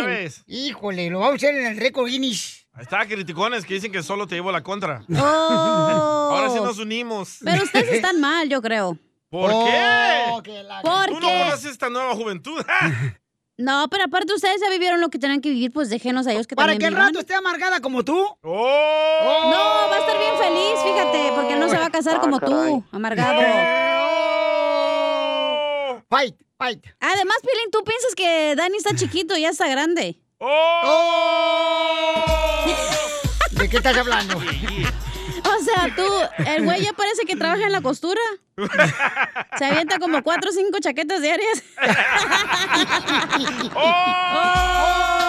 vez. Híjole, lo vamos a hacer en el récord Guinness. Ahí Está criticones que dicen que solo te llevo la contra. Oh. Ahora sí nos unimos. Pero ustedes están mal, yo creo. ¿Por Oh, qué? Porque... Tú no conoces esta nueva juventud. No, pero aparte ustedes ya vivieron lo que tenían que vivir, pues déjenos a ellos que Para también que el vivan. Oh. rato esté amargada como tú. Oh. No, va a estar bien feliz, fíjate, porque él no se va a Ah, casar como tú, amargado. Eh, Oh. oh. Fight, fight. Además, Pilín, tú piensas que Dani está chiquito, ya está grande. ¿De qué estás hablando? o sea, tú, el güey ya parece que trabaja en la costura. Se avienta como cuatro o cinco chaquetas diarias.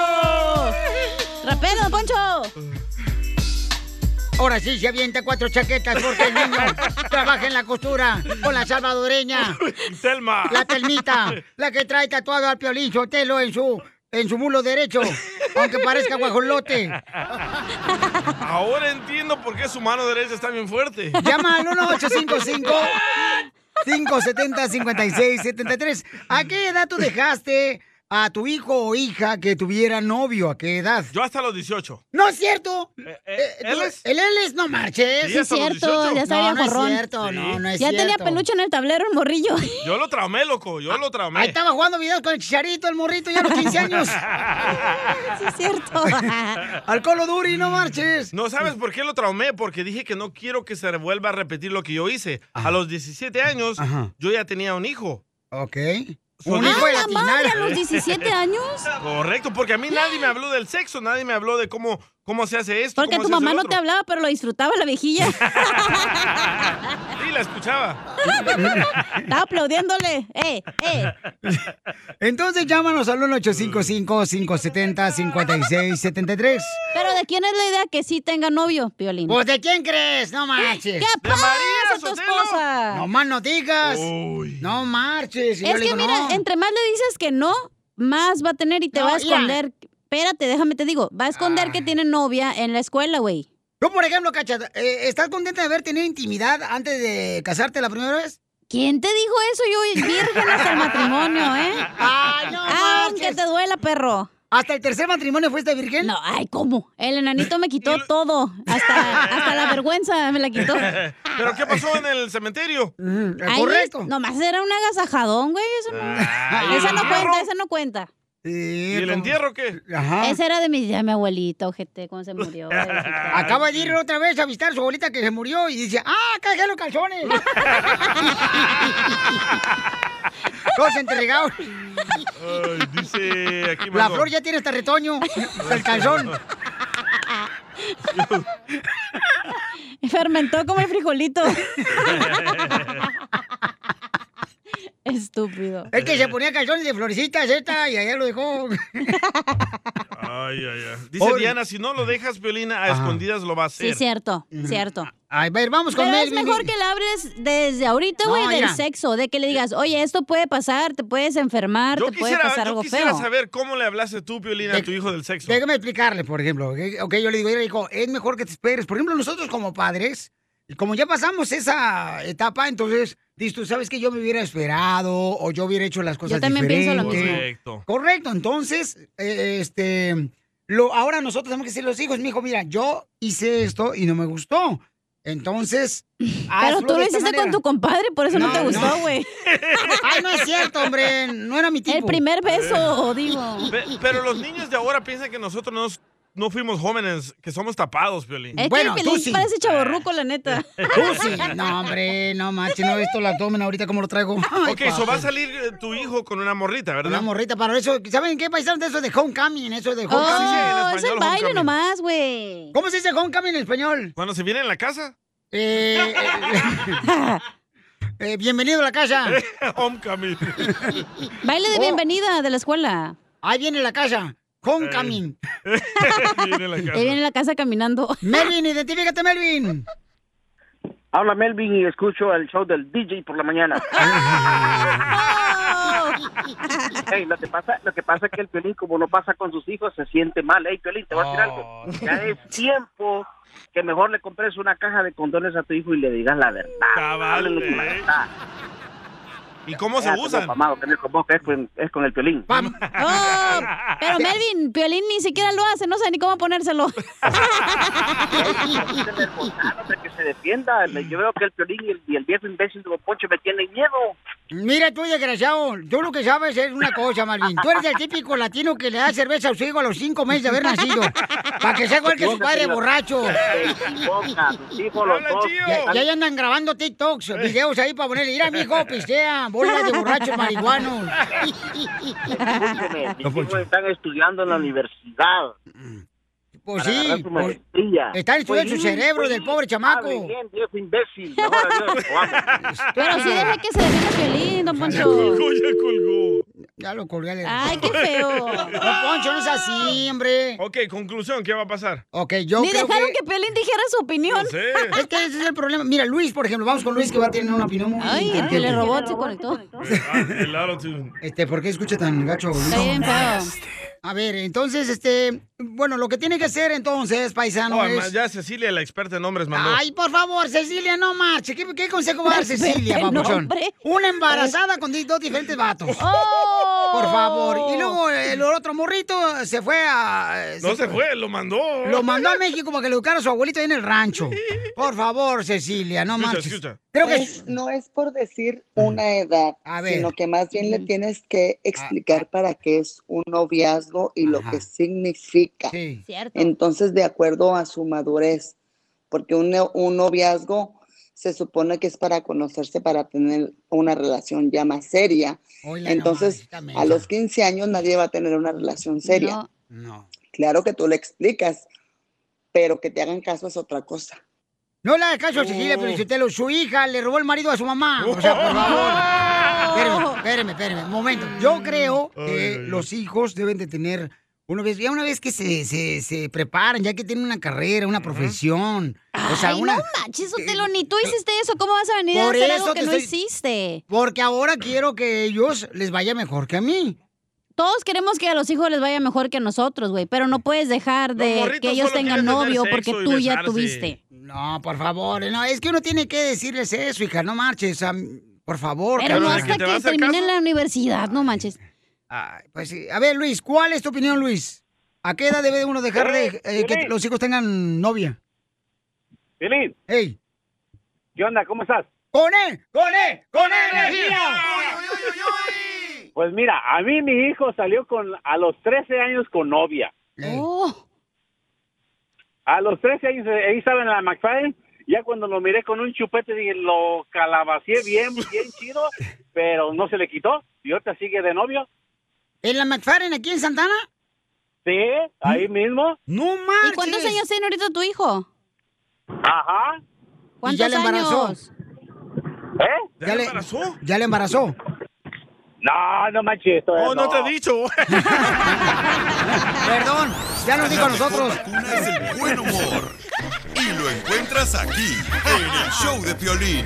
Oh. ¡Rapero, Don Poncho! Ahora sí se avienta cuatro chaquetas porque el niño trabaja en la costura con la salvadoreña. Selma. La telmita, la que trae tatuado al piolín Sotelo en su en su mulo derecho, aunque parezca guajolote. Ahora entiendo por qué su mano derecha está bien fuerte. Llama al 1855 570 5673 ¿A qué edad tú dejaste a tu hijo o hija que tuviera novio? ¿A qué edad? Yo hasta los 18. No es cierto. eh, Eh, tú- ¿él es? El él es no marches. Sí, Sí, es hasta los cierto, 18. ya no, sabía no es jorrón. cierto, Sí. no, no es Ya cierto. tenía peluche en el tablero, el morrillo. Yo lo traumé, loco. Yo lo traumé. Ahí estaba jugando videos con el chicharito, el morrito, ya a los 15 años. sí, es cierto. Alcohol duri, no marches. No sabes por qué lo traumé, porque dije que no quiero que se vuelva a repetir lo que yo hice. A los 17 años, Ajá. yo ya tenía un hijo. Ok. Son- Un hijo de ¡Ah, la latinar. madre, a los 17 años. Correcto, porque a mí nadie me habló del sexo, nadie me habló de cómo, cómo se hace esto. Porque cómo tu se hace mamá lo no te hablaba, pero lo disfrutaba la viejilla. otro. Sí, la escuchaba. Estaba aplaudiéndole. ¡Eh, eh! Entonces llámanos al 1-855-570-5673. Pero ¿de quién es la idea que sí tenga novio, Piolín? Pues ¿de quién crees? No marches. ¿Qué pasa, tu esposa? No más no digas. No marches. Y yo es le que digo, mira, no. entre más le dices que no, más va a tener y te No, va a mira. esconder. Espérate, déjame te digo, va a esconder que tiene novia en la escuela, güey. Tú, por ejemplo, Cacha, eh, ¿estás contenta de haber tenido intimidad antes de casarte la primera vez? ¿Quién te dijo eso? Yo virgen hasta el matrimonio, ¿eh? ¡Ay, no Aunque te duela, perro. ¿Hasta el tercer matrimonio fuiste virgen? No, ay, ¿cómo? El enanito me quitó todo. Hasta, hasta la vergüenza me la quitó. ¿Pero qué pasó en el cementerio? Mm. Eh, Ahí es- Nomás era un agasajadón, güey. Eso no, Ah. Ay, esa no Ah, ¿el cuenta, entierro? esa no cuenta. ¿Y el entierro qué? Esa era de mi, de mi abuelita, ojete, cuando se murió. pobrecita. Acaba de ir otra vez a visitar a su abuelita que se murió y dice, ¡ah, cajé los calzones! Los entregados. Ay, dice aquí La mandó. flor ya tiene hasta retoño. hasta el calzón. Fermentó como el frijolito. Estúpido. Es que se ponía calzones de florecitas esta y allá lo dejó. Ay, ay, ay. Dice Oye. Diana, si no lo dejas, Violina, a Ajá. escondidas lo va a hacer. Sí, cierto, cierto. Ay, ver, vamos con Pero es Melvin. mejor que la abres desde ahorita, güey, No, del mira. sexo, de que le digas, oye, esto puede pasar, te puedes enfermar, Yo te puede quisiera, pasar yo algo quisiera feo. saber cómo le hablaste tú, Violina, a tu hijo del sexo. Déjame explicarle, por ejemplo. ¿ok? Ok, yo le digo, mira, hijo, es mejor que te esperes. Por ejemplo, nosotros como padres, como ya pasamos esa etapa, entonces, dices, tú sabes que yo me hubiera esperado o yo hubiera hecho las cosas también pienso lo diferentes". mismo. Correcto. Correcto, entonces, eh, este, lo, ahora nosotros tenemos que decir a los hijos, mijo, mira, yo hice esto y no me gustó. Entonces, hazlo Pero tú de lo esta hiciste con manera. tu compadre, por eso no, No, te no. gustó, güey. Ay, no es cierto, hombre, no era mi tipo. El primer beso, digo. Pe- Pero los niños de ahora piensan que nosotros nos- no fuimos jóvenes, que somos tapados, Violín. Es que el Piolín parece chaborruco, la neta. Tú sí. No, hombre, no manches, no he visto el abdomen ahorita como lo traigo. Ay, ok, eso va a papi. salir eh, tu hijo con una morrita, ¿verdad? Una morrita para eso. ¿Saben qué paisanos de eso de homecoming? Eso de homecoming. Oh, es el baile nomás, güey. ¿Cómo se dice homecoming en español? ¿Cuando se viene en la casa? Eh, eh, eh, bienvenido a la casa. Homecoming. Baile de Oh. bienvenida de la escuela. Ahí viene la casa. Homecoming. viene la Ahí viene la casa caminando. Melvin, identifícate, Melvin. Habla Melvin y escucho el show del DJ por la mañana. Ey, lo que pasa, lo que pasa es que el Piolín, como no pasa con sus hijos, se siente mal. Ey, Piolín, te voy a decir algo. Oh. Ya es tiempo que mejor le compres una caja de condones a tu hijo y le digas la verdad. Háblale con la verdad. ¿Y cómo se Déjate, usan? papá, amado, que no es con vos, que es con, es con el Piolín. Oh, pero Melvin, Piolín ni siquiera lo hace, no sé ni cómo ponérselo. Hombre, que se defienda. Yo veo que el Piolín y el, y el viejo imbécil de Poncho me tienen miedo. Mira tú, desgraciado, tú lo que sabes es una cosa, Melvin. Tú eres el típico latino que le da cerveza a su hijo a los cinco meses de haber nacido. Para que sea igual que su padre borracho. Ya, ya- ya andan grabando TikToks, videos ahí para ponerle, mira, mijo, pistea, bola de borrachos marihuanos. Ah. Escúcheme, mis hijos están estudiando en la universidad. Pues para sí, agarrar su pues, maestría. Están estudiando Pues su sí, cerebro pues del sí, pobre hable chamaco. bien, viejo imbécil. Mejor adiós, lo amo. Pero sí deja que se defienda Piolín, don Poncho. ya colgó. Ya lo colgué. le- Ay, qué feo. No, Poncho, no es así, hombre. Ok, conclusión, ¿qué va a pasar? Ok, yo Ni creo dejaron que... Piolín dijera su opinión. No sé. Es que ese es el problema. Mira, Luis, por ejemplo, vamos con Luis que va a tener una opinión muy Ay, el inteligente. telerobot se conectó. Ah, el auto-tune. Este, ¿por qué escucha tan gacho? Luis? Está bien feo. A ver, entonces, este, bueno, lo que tiene que hacer entonces, paisano, Oh, es... Ya Cecilia, la experta en hombres, mandó. Ay, por favor, Cecilia, no marche. ¿Qué, qué consejo va a dar Cecilia, papuchón? Una embarazada con di- dos diferentes vatos. Por favor. Y luego el otro morrito se fue a... eh, No se fue, lo mandó. Lo mandó a México para que lo educara a su abuelito ahí en el rancho. Por favor, Cecilia, no Escucha, marches. escucha. Creo que Es- Pues no es por decir una edad, ver. Ah, sino que más bien le tienes que explicar para qué es un noviazgo y lo que significa. Cierto. Entonces, de acuerdo a su madurez, porque un, no- un noviazgo se supone que es para conocerse, para tener una relación ya más seria. Hola, Entonces, a los 15 años nadie va a tener una relación seria. Claro que tú le explicas, pero que te hagan caso es otra cosa. No le hagas caso a Cecilia Oh. Pelichotelo. Su hija le robó el marido a su mamá. O sea, por favor. Espérame, espérame, espérame. Un momento. Yo creo que los hijos deben de tener. Una vez, ya una vez que se, se, se preparan, ya que tienen una carrera, una profesión. O sea, Ay, una. Eh, no manches, Otelo, ni tú hiciste eso. ¿Cómo vas a venir a Por hacer eso algo te que no estoy- hiciste? Porque ahora quiero que ellos les vaya mejor que a mí. Todos queremos que a los hijos les vaya mejor que a nosotros, güey, pero no puedes dejar de morritos que ellos solo tengan quieren tener novio sexo porque y tú ya besarse. tuviste. No, por favor. No, es que uno tiene que decirles eso, hija. No marches. o sea, por favor. Pero no carnal. hasta que terminen la universidad, no manches. Ay, pues sí. A ver, Luis, ¿cuál es tu opinión, Luis? ¿A qué edad debe uno dejar de, eh, que Piolín. los hijos tengan novia? Feliz. Hey. ¿Qué onda? ¿Cómo estás? ¡Con él! ¡Con él! ¡Con Pues mira, a mí mi hijo salió con a los 13 años con novia. Oh. A los 13 años, eh, ahí estaba en la McFadden. Ya cuando lo miré con un chupete, dije, lo calabacié bien, bien chido, pero no se le quitó. Y ahorita sigue de novio. ¿En la McFarren aquí en Santana? Sí, ahí mismo. ¡No ¿Y cuántos años tiene ahorita tu hijo? Ajá. ¿Cuántos ya le embarazó? años? ¿Eh? ¿Ya le embarazó? ¿Ya le embarazó? No, no manches. todavía Oh, no te he dicho. Perdón, ya nos dijo a nosotros. Buen humor. Y lo encuentras aquí, en el show de Piolín.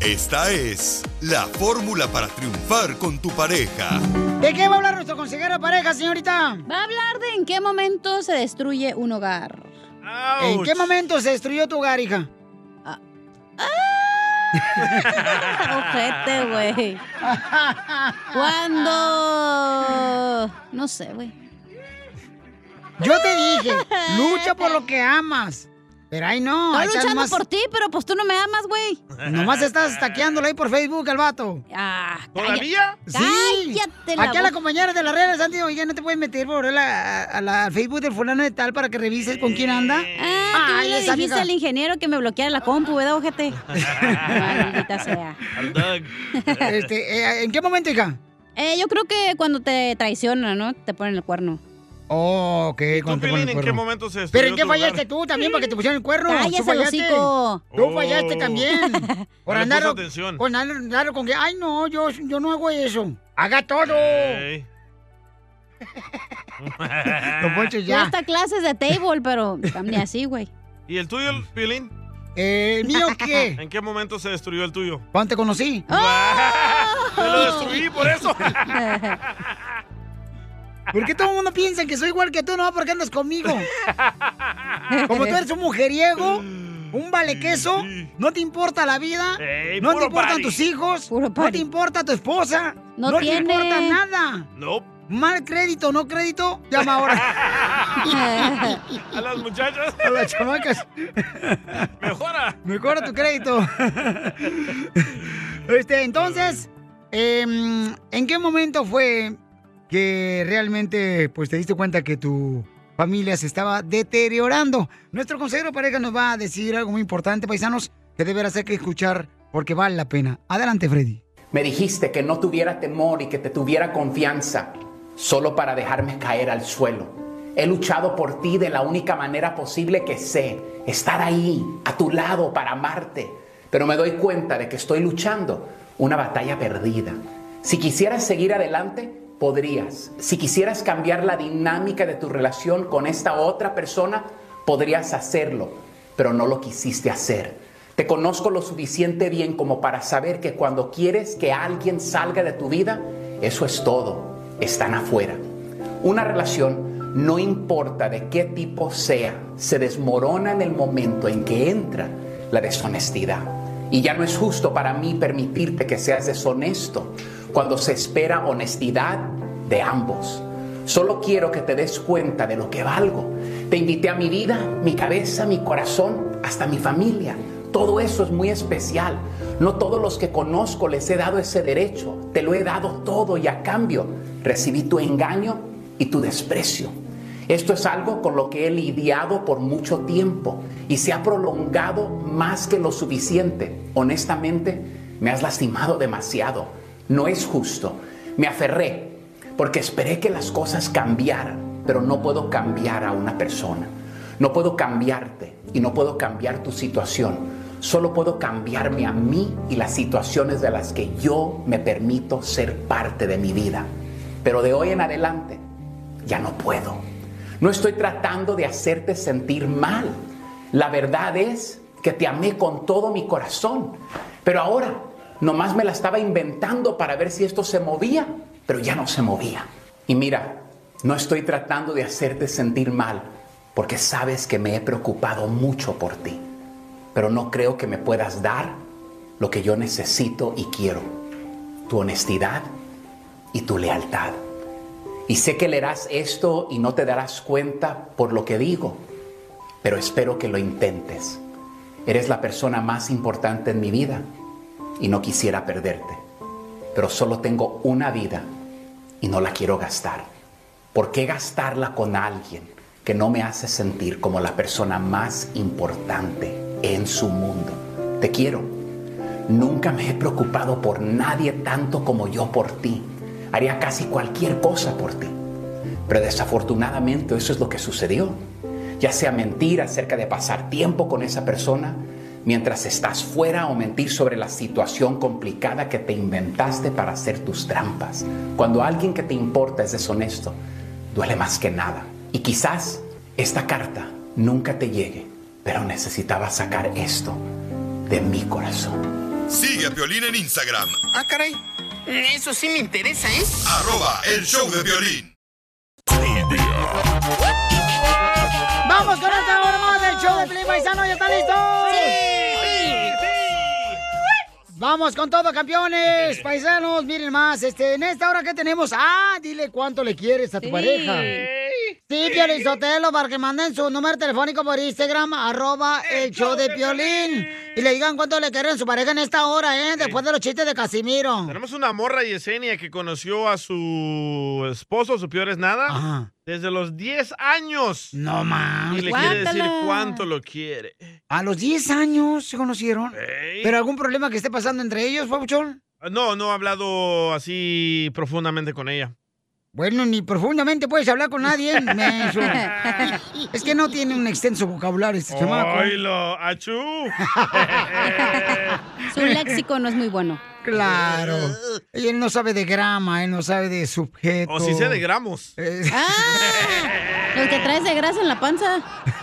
Esta es la fórmula para triunfar con tu pareja. ¿De qué va a hablar nuestro consejero de pareja, señorita? Va a hablar de en qué momento se destruye un hogar. ¿En qué momento se destruyó tu hogar, hija? Ojete, güey. ¿Cuándo? No sé, güey. Yo te dije, lucha por lo que amas. Pero ay no, Estoy ahí estás luchando nomás- por ti, pero pues tú no me amas, güey. Nomás estás taqueándolo ahí por Facebook al vato. Ah, ¿Todavía? Sí. Cállate la Aquí a la boca. compañera de las redes han dicho, oye, no te puedes meter por la, a la- al Facebook del fulano de tal para que revises con quién anda. Ah, tú Ay, le esa dijiste vieja. al ingeniero que me bloqueara la compu, ¿verdad, ojete? Maldita sea. Este, eh, ¿En qué momento, hija? Eh, yo creo que cuando te traicionan, ¿no? Te ponen el cuerno. Oh, ok. cuando te Piolín, ponen el ¿en cuerno. qué momento se ¿Pero en destruyó qué tu fallaste hogar? tú también para que te pusieran el cuerno? Cállese tú el fallaste. hocico. Tú Oh. fallaste también. Por No le andar, puso atención. con andar con que, ay, no, yo, yo no hago eso. ¡Haga todo! Ey. Yo hasta clases de table, pero ni así, güey. ¿Y el tuyo, Piolín? Eh, ¿El mío qué? ¿En qué momento se destruyó el tuyo? ¿Cuándo te conocí? Te Ah. lo destruí por eso. ¿Por qué todo el mundo piensa que soy igual que tú? No, porque andas conmigo. Como tú eres un mujeriego, un vale queso, no te importa la vida, Ey, no te puro importan party. tus hijos, no te importa tu esposa, No no, tiene. te importa nada. No. Mal crédito, no crédito, llama ahora. A las muchachas. A las chamacas. Mejora. Mejora tu crédito. Este, entonces, em, ¿en qué momento fue que realmente pues te diste cuenta que tu familia se estaba deteriorando? Nuestro consejero de pareja nos va a decir algo muy importante, paisanos, que de veras hay que escuchar porque vale la pena. Adelante, Freddy. Me dijiste que no tuviera temor y que te tuviera confianza solo para dejarme caer al suelo. He luchado por ti de la única manera posible que sé, estar ahí, a tu lado, para amarte. Pero me doy cuenta de que estoy luchando una batalla perdida. Si quisieras seguir adelante, podrías. Si quisieras cambiar la dinámica de tu relación con esta otra persona, podrías hacerlo, pero no lo quisiste hacer. Te conozco lo suficiente bien como para saber que cuando quieres que alguien salga de tu vida, eso es todo. Están afuera. Una relación, no importa de qué tipo sea, se desmorona en el momento en que entra la deshonestidad. Y ya no es justo para mí permitirte que seas deshonesto cuando se espera honestidad de ambos. Solo quiero que te des cuenta de lo que valgo. Te invité a mi vida, mi cabeza, mi corazón, hasta mi familia. Todo eso es muy especial. No todos los que conozco les he dado ese derecho. Te lo he dado todo y a cambio recibí tu engaño y tu desprecio. Esto es algo con lo que he lidiado por mucho tiempo y se ha prolongado más que lo suficiente. Honestamente, me has lastimado demasiado. No es justo. Me aferré porque esperé que las cosas cambiaran, pero no puedo cambiar a una persona. No puedo cambiarte y no puedo cambiar tu situación. Solo puedo cambiarme a mí y las situaciones de las que yo me permito ser parte de mi vida. Pero de hoy en adelante ya no puedo. No estoy tratando de hacerte sentir mal. La verdad es que te amé con todo mi corazón. Pero ahora nomás me la estaba inventando para ver si esto se movía, pero ya no se movía. Y mira, no estoy tratando de hacerte sentir mal porque sabes que me he preocupado mucho por ti, pero no creo que me puedas dar lo que yo necesito y quiero, tu honestidad y tu lealtad. Y sé que leerás esto y no te darás cuenta por lo que digo, pero espero que lo intentes. Eres la persona más importante en mi vida y no quisiera perderte, pero solo tengo una vida y no la quiero gastar. ¿Por qué gastarla con alguien? que no me hace sentir como la persona más importante en su mundo. Te quiero. Nunca me he preocupado por nadie tanto como yo por ti. Haría casi cualquier cosa por ti. Pero desafortunadamente eso es lo que sucedió. Ya sea mentir acerca de pasar tiempo con esa persona mientras estás fuera o mentir sobre la situación complicada que te inventaste para hacer tus trampas. Cuando alguien que te importa es deshonesto, duele más que nada. Y quizás esta carta nunca te llegue, pero necesitaba sacar esto de mi corazón. Sigue a Piolín en Instagram. Ah, caray. Eso sí me interesa, ¿eh? Arroba el show de violín. ¡Vamos con esta hora más del show de Pelín Paisano! ¿Ya está listo? Vamos con todo, campeones, paisanos, miren más, este, en esta hora que tenemos, ah, dile cuánto le quieres a tu Sí. pareja. Sí, Piolín Sotelo, para que manden su número telefónico por Instagram, arroba el show de Piolín. Y le digan cuánto le quieren a su pareja en esta hora, ¿eh? Después de los chistes de Casimiro. Tenemos una morra Yesenia que conoció a su esposo, su peor es nada, desde los 10 años. No mames. Y le quiere decir Guácala. cuánto lo quiere. A los 10 años se conocieron. ¿Pero algún problema que esté pasando entre ellos, Pabuchón? Ah, No, no ha hablado así profundamente con ella. Bueno, ni profundamente puedes hablar con nadie. menso. es que no tiene un extenso vocabulario este chamaco. ¡Oilo! ¡Achú! Su léxico no es muy bueno. Claro. Y él no sabe de grama, él no sabe de sujeto. O si sea de gramos. Eh. Ah, Los que traes de grasa en la panza.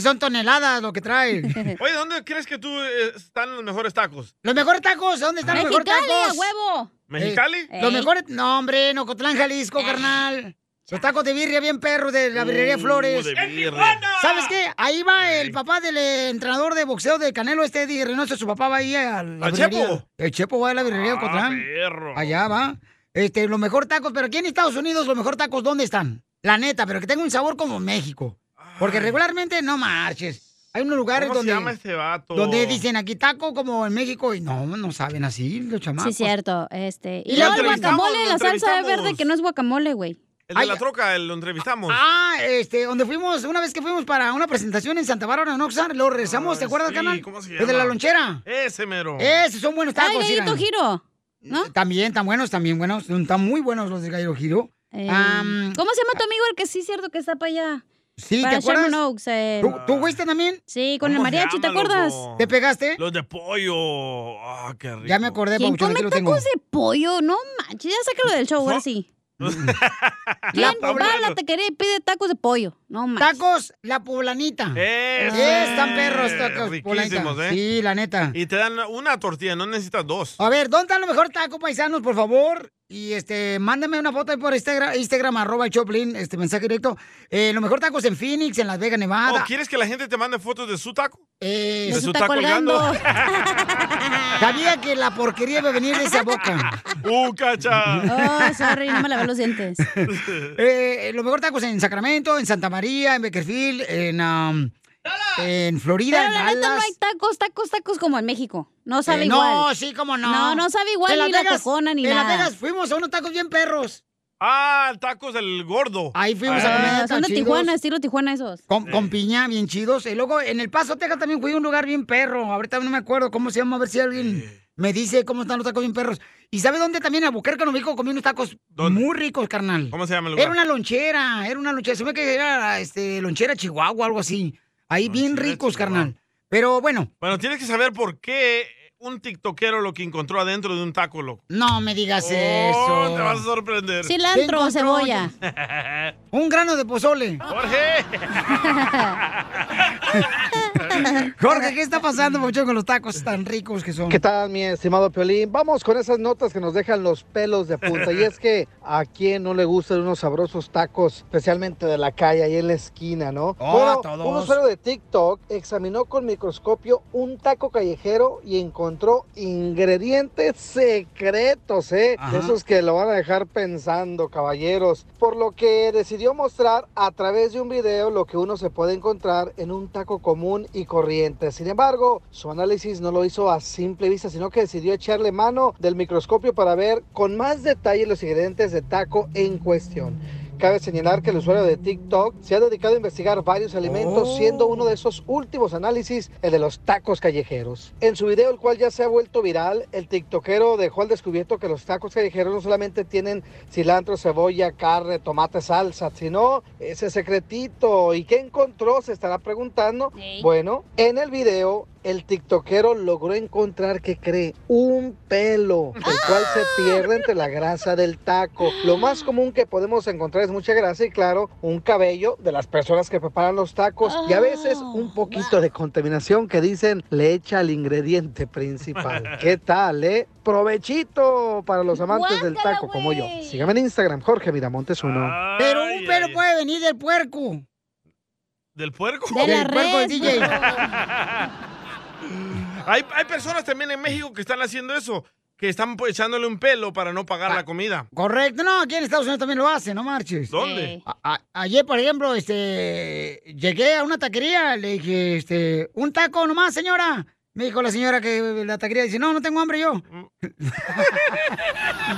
Son toneladas lo que trae. Oye, ¿dónde crees que tú eh, están los mejores tacos? Los mejores tacos, ¿dónde están los mejores Mexicali, tacos? a huevo. Eh. ¿Mexicali? Eh, los mejores, no hombre, en Ocotlán, Jalisco, carnal. Los tacos de birria bien perro de la birrería Uh, Flores. de ¡En birria! Tijuana! ¿Sabes qué? Ahí va el papá del eh, entrenador de boxeo de Canelo este Eddie Reynoso, su papá va ahí a la ¿Al birrería. Chepo? El Chepo va a la birrería de Ah, Ocotlán. perro. Allá va. Este, los mejores tacos, pero aquí en Estados Unidos los mejores tacos ¿dónde están? La neta, pero que tenga un sabor como México. Porque regularmente no marches. Hay unos lugares ¿Cómo donde se llama este vato? donde dicen aquí taco como en México y no, no saben así los chamacos. Sí, cierto. Este. Y Y luego lo el guacamole, entrevistamos, la lo salsa de entrevistamos. verde que no es guacamole, güey. El de la troca, el- lo entrevistamos. Ah, este, donde fuimos, una vez que fuimos para una presentación en Santa Bárbara, en Oxnard, lo regresamos, ¿te acuerdas, Ah, sí, canal? ¿cómo se El de la llama? lonchera. Ese mero. Esos son buenos tacos. Ay, Gallito Giro, ¿no? También, tan buenos, también buenos, están muy buenos los de Gallito Giro. Eh, Am, ¿Cómo se llama tu amigo el que sí es cierto que está para allá? Sí, para ¿te acuerdas? Sherman Oaks, el- ¿Tú, tú fuiste también? Sí, con el mariachi, ¿te acuerdas? ¿Te pegaste? Los de pollo. Ah, qué rico. Ya me acordé, ¿Quién Pabuchón, come aquí tacos lo tengo. de pollo? No manches, ya sácalo del show, ahora sí. ¿Quién va a la taquería y pide tacos de pollo? No manches. Tacos, la poblanita. Ese. Están perros tacos, Eh, Riquísimos, poblanita. ¿eh? Sí, la neta. Y te dan una tortilla, no necesitas dos. A ver, ¿dónde están los mejores tacos paisanos, por favor? Y este, mándame una foto ahí por Instagram, Instagram arroba el Choplin, este mensaje directo. Eh, lo mejor tacos en Phoenix, en Las Vegas, Nevada. ¿O quieres que la gente te mande fotos de su taco? Eh, de su taco colgando. Sabía que la porquería iba a venir de esa boca. ¡Uh, cacha! Oh, sorry, no me lavé los dientes. Eh, lo mejor tacos en Sacramento, en Santa María, en Beckerfield, en, um, en Florida, Pero en la neta no Dallas. hay tacos, tacos, tacos como en México. No sabe Eh, igual. No, sí, cómo no. No, no sabe igual En ni Las la Vegas- tacona ni en nada. Las Vegas fuimos a unos tacos bien perros. Ah, tacos del gordo. Ahí fuimos a comer. Ah, son de Tijuana, estilo Tijuana esos. Con, con piña, bien chidos. Y luego en El Paso, Texas también fui a un lugar bien perro. Ahorita no me acuerdo cómo se llama, a ver si alguien me dice cómo están los tacos bien perros. ¿Y sabe dónde también? A Buquerque, no comí unos tacos muy ricos, carnal. ¿Cómo se llama el lugar? Era una lonchera, era una lonchera. Se ve que era este, lonchera Chihuahua, algo así. Ahí bien ricos, carnal. Pero bueno, Bueno, tienes que saber por qué un tiktokero lo que encontró adentro de un taco, loco. no me digas Oh, eso. te vas a sorprender. Cilantro o cebolla. Un grano de pozole. Jorge. Jorge, ¿qué está pasando, mucho con los tacos tan ricos que son? ¿Qué tal, mi estimado Piolín? Vamos con esas notas que nos dejan los pelos de punta. Y es que a quien no le gustan unos sabrosos tacos, especialmente de la calle, ahí en la esquina, ¿no? Oh, bueno, a todos. un usuario de TikTok examinó con microscopio un taco callejero y encontró ingredientes secretos, ¿eh? Ajá. De esos que lo van a dejar pensando, caballeros. Por lo que decidió mostrar a través de un video lo que uno se puede encontrar en un taco común y corriente. Sin embargo, su análisis no lo hizo a simple vista, sino que decidió echarle mano del microscopio para ver con más detalle los ingredientes de taco en cuestión. Cabe señalar que el usuario de TikTok se ha dedicado a investigar varios alimentos, Oh. siendo uno de esos últimos análisis el de los tacos callejeros. En su video, el cual ya se ha vuelto viral, el TikTokero dejó al descubierto que los tacos callejeros no solamente tienen cilantro, cebolla, carne, tomate, salsa, sino ese secretito. ¿Y qué encontró? Se estará preguntando. Bueno, en el video, el TikTokero logró encontrar que cree un pelo, el cual se pierde entre la grasa del taco. Lo más común que podemos encontrar es mucha grasa y claro, un cabello de las personas que preparan los tacos y Ah. a veces un poquito de contaminación que dicen le echa al ingrediente principal. ¿Qué tal, eh? Provechito para los amantes del taco como yo. Sígame en Instagram, Jorge Miramontes uno. Pero un pelo puede venir del puerco. ¿Del puerco? De la pues. Del puerco del red, DJ. hay, hay personas también en México que están haciendo eso, que están pues, echándole un pelo para no Ah. pagar la comida. Correcto, no, aquí en Estados Unidos también lo hacen, no marches. ¿Dónde? Sí. A- a- ayer, por ejemplo, este, llegué a una taquería, le dije, este, un taco nomás, señora. Me dijo la señora que la taquería dice, no, no tengo hambre yo. Mm.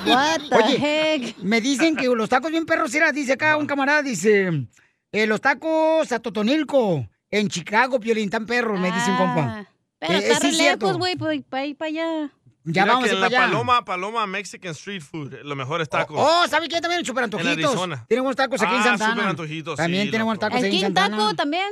What the me dicen que los tacos bien perros, mira, dice acá un camarada, dice, eh, los tacos a Totonilco, en Chicago, Piolín, tan perros, me dicen, compa. Ah, Pero Eh, está sí re es cierto. lejos, güey, para ir para allá. Ya Mira vamos que a en ir la para allá. Paloma, Paloma Mexican Street Food, eh, los mejores tacos. Oh, ¿sabe qué? También el Super En Antojitos. Arizona. Tenemos tacos aquí en Ah, Santana. Super Antojitos, sí, También tenemos loco. tacos ¿El aquí en King Santana. Taco también?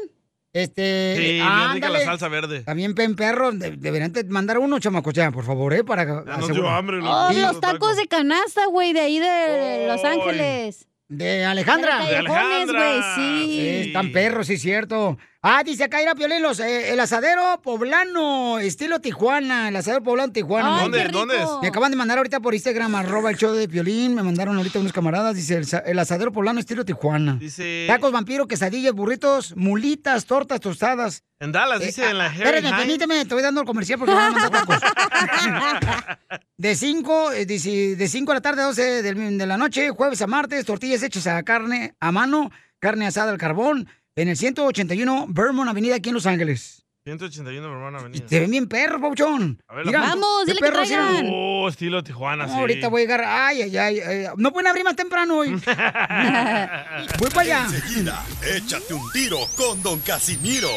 Este, Sí, bien ándale. rica la salsa verde. También pen perro, de- deberían te- mandar uno, chamacos, ya, por favor, eh, para nos asegurar. dio hambre, loco. Oh, Sí, los tacos de canasta, güey, de ahí de Los Ay. Ángeles. de Alejandra. De callejones, güey, sí. Están perros, sí, cierto. Ah, dice acá, era Piolín, los, eh, el asadero poblano, estilo Tijuana, el asadero poblano Tijuana. Ay, ¿Dónde? qué rico. ¿Dónde es? Me acaban de mandar ahorita por Instagram, arroba el show de Piolín, me mandaron ahorita unos camaradas, dice, el, sa- el asadero poblano, estilo Tijuana. Dice- Tacos, vampiro, quesadillas, burritos, mulitas, tortas, tostadas. En Dallas, Eh, dice, en ah, la Harry Espérame, Hines. permíteme, te voy dando el comercial porque me van a mandar tacos. De 5 de cinco de la tarde a 12 del- de la noche, jueves a martes, tortillas hechas a carne a mano, carne asada al carbón, en el 181 Vermont Avenida aquí en Los Ángeles. 181 hermano avenida. Se ven bien perros, Pauchón. A ver, Mira, la- qué perros, mira. Oh, estilo Tijuana, No, sí. Ahorita voy a llegar. Ay, ay, ay, ay. No pueden abrir más temprano hoy. voy para allá. Enseguida, échate un tiro con Don Casimiro.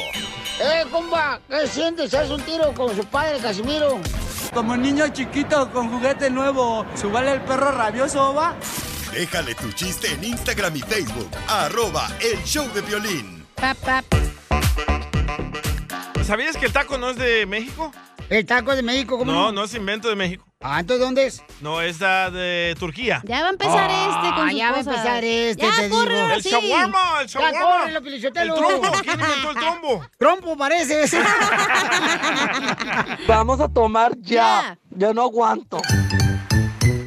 ¡Eh, compa! ¿Qué sientes? ¿Haz un tiro con su padre, Casimiro? Como niño chiquito con juguete nuevo, ¿subale el perro rabioso va? Déjale tu chiste en Instagram y Facebook. Arroba el show de violín. ¿Sabías que el taco no es de México? El taco de México, ¿cómo No, no? no es invento de México. Ah, entonces ¿dónde es? No, es la de Turquía. Ya va a empezar este Ah, con sus ya va a cosas. empezar este, Ya, te córrelo, digo. El sí. shawarma, el Ya, shawarma. córrelo, Pilichotelo. El trombo, ¿quién inventó el trombo? Trompo pareces. Vamos a tomar ya. Yo no aguanto.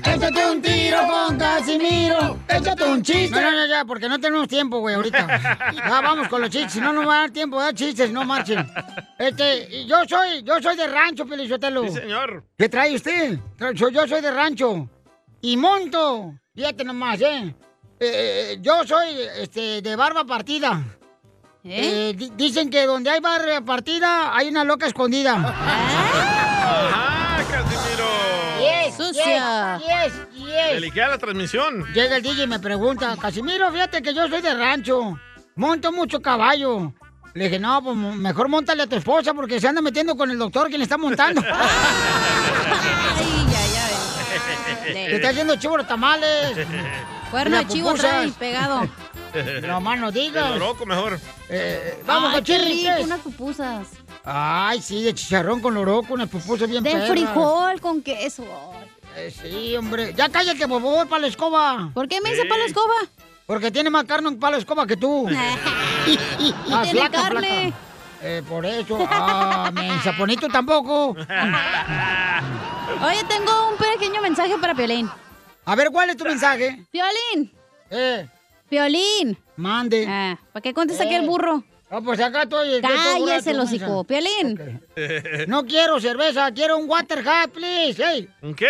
Échate un tiro tiro con Casimiro. Échate un chiste. No, no, no, ya, porque no tenemos tiempo, güey, ahorita. Ya vamos con los chistes. Si no, no va a dar tiempo de dar chistes, no marchen. Este, yo soy, yo soy de rancho, Pelizotelo. Sí, señor. ¿Qué trae usted? Tra- Yo, yo soy de rancho. Y monto. Fíjate nomás, ¿eh? Eh, eh, yo soy este, de barba partida. Eh, di- dicen que donde hay barba partida, hay una loca escondida. ¡Ah, Casimiro! Yes, Sucia. Yes, yes, yes. Delicada la transmisión. Pues. Llega el DJ y me pregunta, Casimiro, fíjate que yo soy de rancho, monto mucho caballo. Le dije, no, pues mo- mejor montale a tu esposa porque se anda metiendo con el doctor que le está montando. Ay, ay, Le está haciendo chivo los tamales. Cuerno de las chivo pupusas. trae pegado. No más no digas. De lo loco, mejor. Eh, vamos Ay, con qué Chirri, rico, pues. unas pupusas. Ay, sí, de chicharrón con loroco, unas pupusas bien Del perras. frijol con queso. Eh, sí, hombre. Ya cállate, por favor, palo escoba. ¿Por qué me dice palo escoba? Porque tiene más carne un palo escoba que tú. Más tiene carne. Eh, por eso. Ah, mensa, bonito tampoco. Oye, tengo un pequeño mensaje para Piolín. A ver, ¿cuál es tu mensaje? Piolín. Eh. Piolín. Ah, Mande. ¿Para qué contesta aquí el Eh. burro? Ah, pues acá estoy. Cállese el hocico. hocico. Piolín. No quiero cerveza, quiero un water hat, please. Hey. ¿Un qué?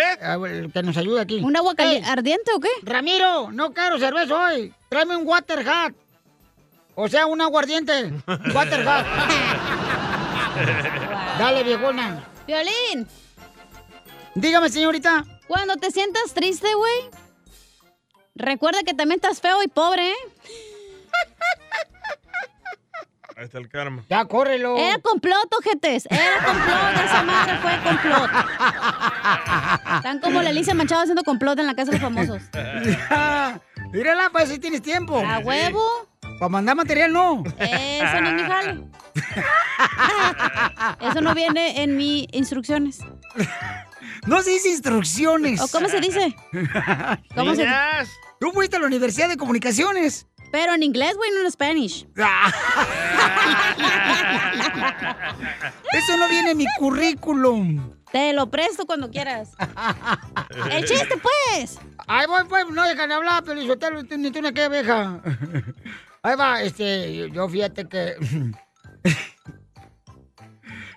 que nos ayude aquí. ¿Un agua cali- ardiente o qué? Ramiro, no quiero cerveza hoy. Tráeme un water hat. O sea, un aguardiente. Water hat. Dale, viejona. Violín. Dígame, señorita. Cuando te sientas triste, güey, recuerda que también estás feo y pobre, ¿eh? Ahí está el karma. Ya, córrelo. Era complot, ojetes. Era complot. Esa madre fue complot. Están como la Alicia Machado haciendo complot en la casa de los famosos. Mírala, pues si tienes tiempo. ¿A huevo? Para mandar material, no. Eso no es mi jale. Ah. Eso no viene en mis instrucciones. No se dice instrucciones. ¿O cómo se dice? ¿Cómo se- Niñas. Tú fuiste a la Universidad de Comunicaciones. Pero en inglés, güey, no en Spanish. Eso no viene en mi currículum. Te lo presto cuando quieras. ¡El chiste, pues! Ahí voy, pues, no dejan hablar, pero yo te lo- ni tú ni qué vieja. Ahí va, este, yo- yo fíjate que.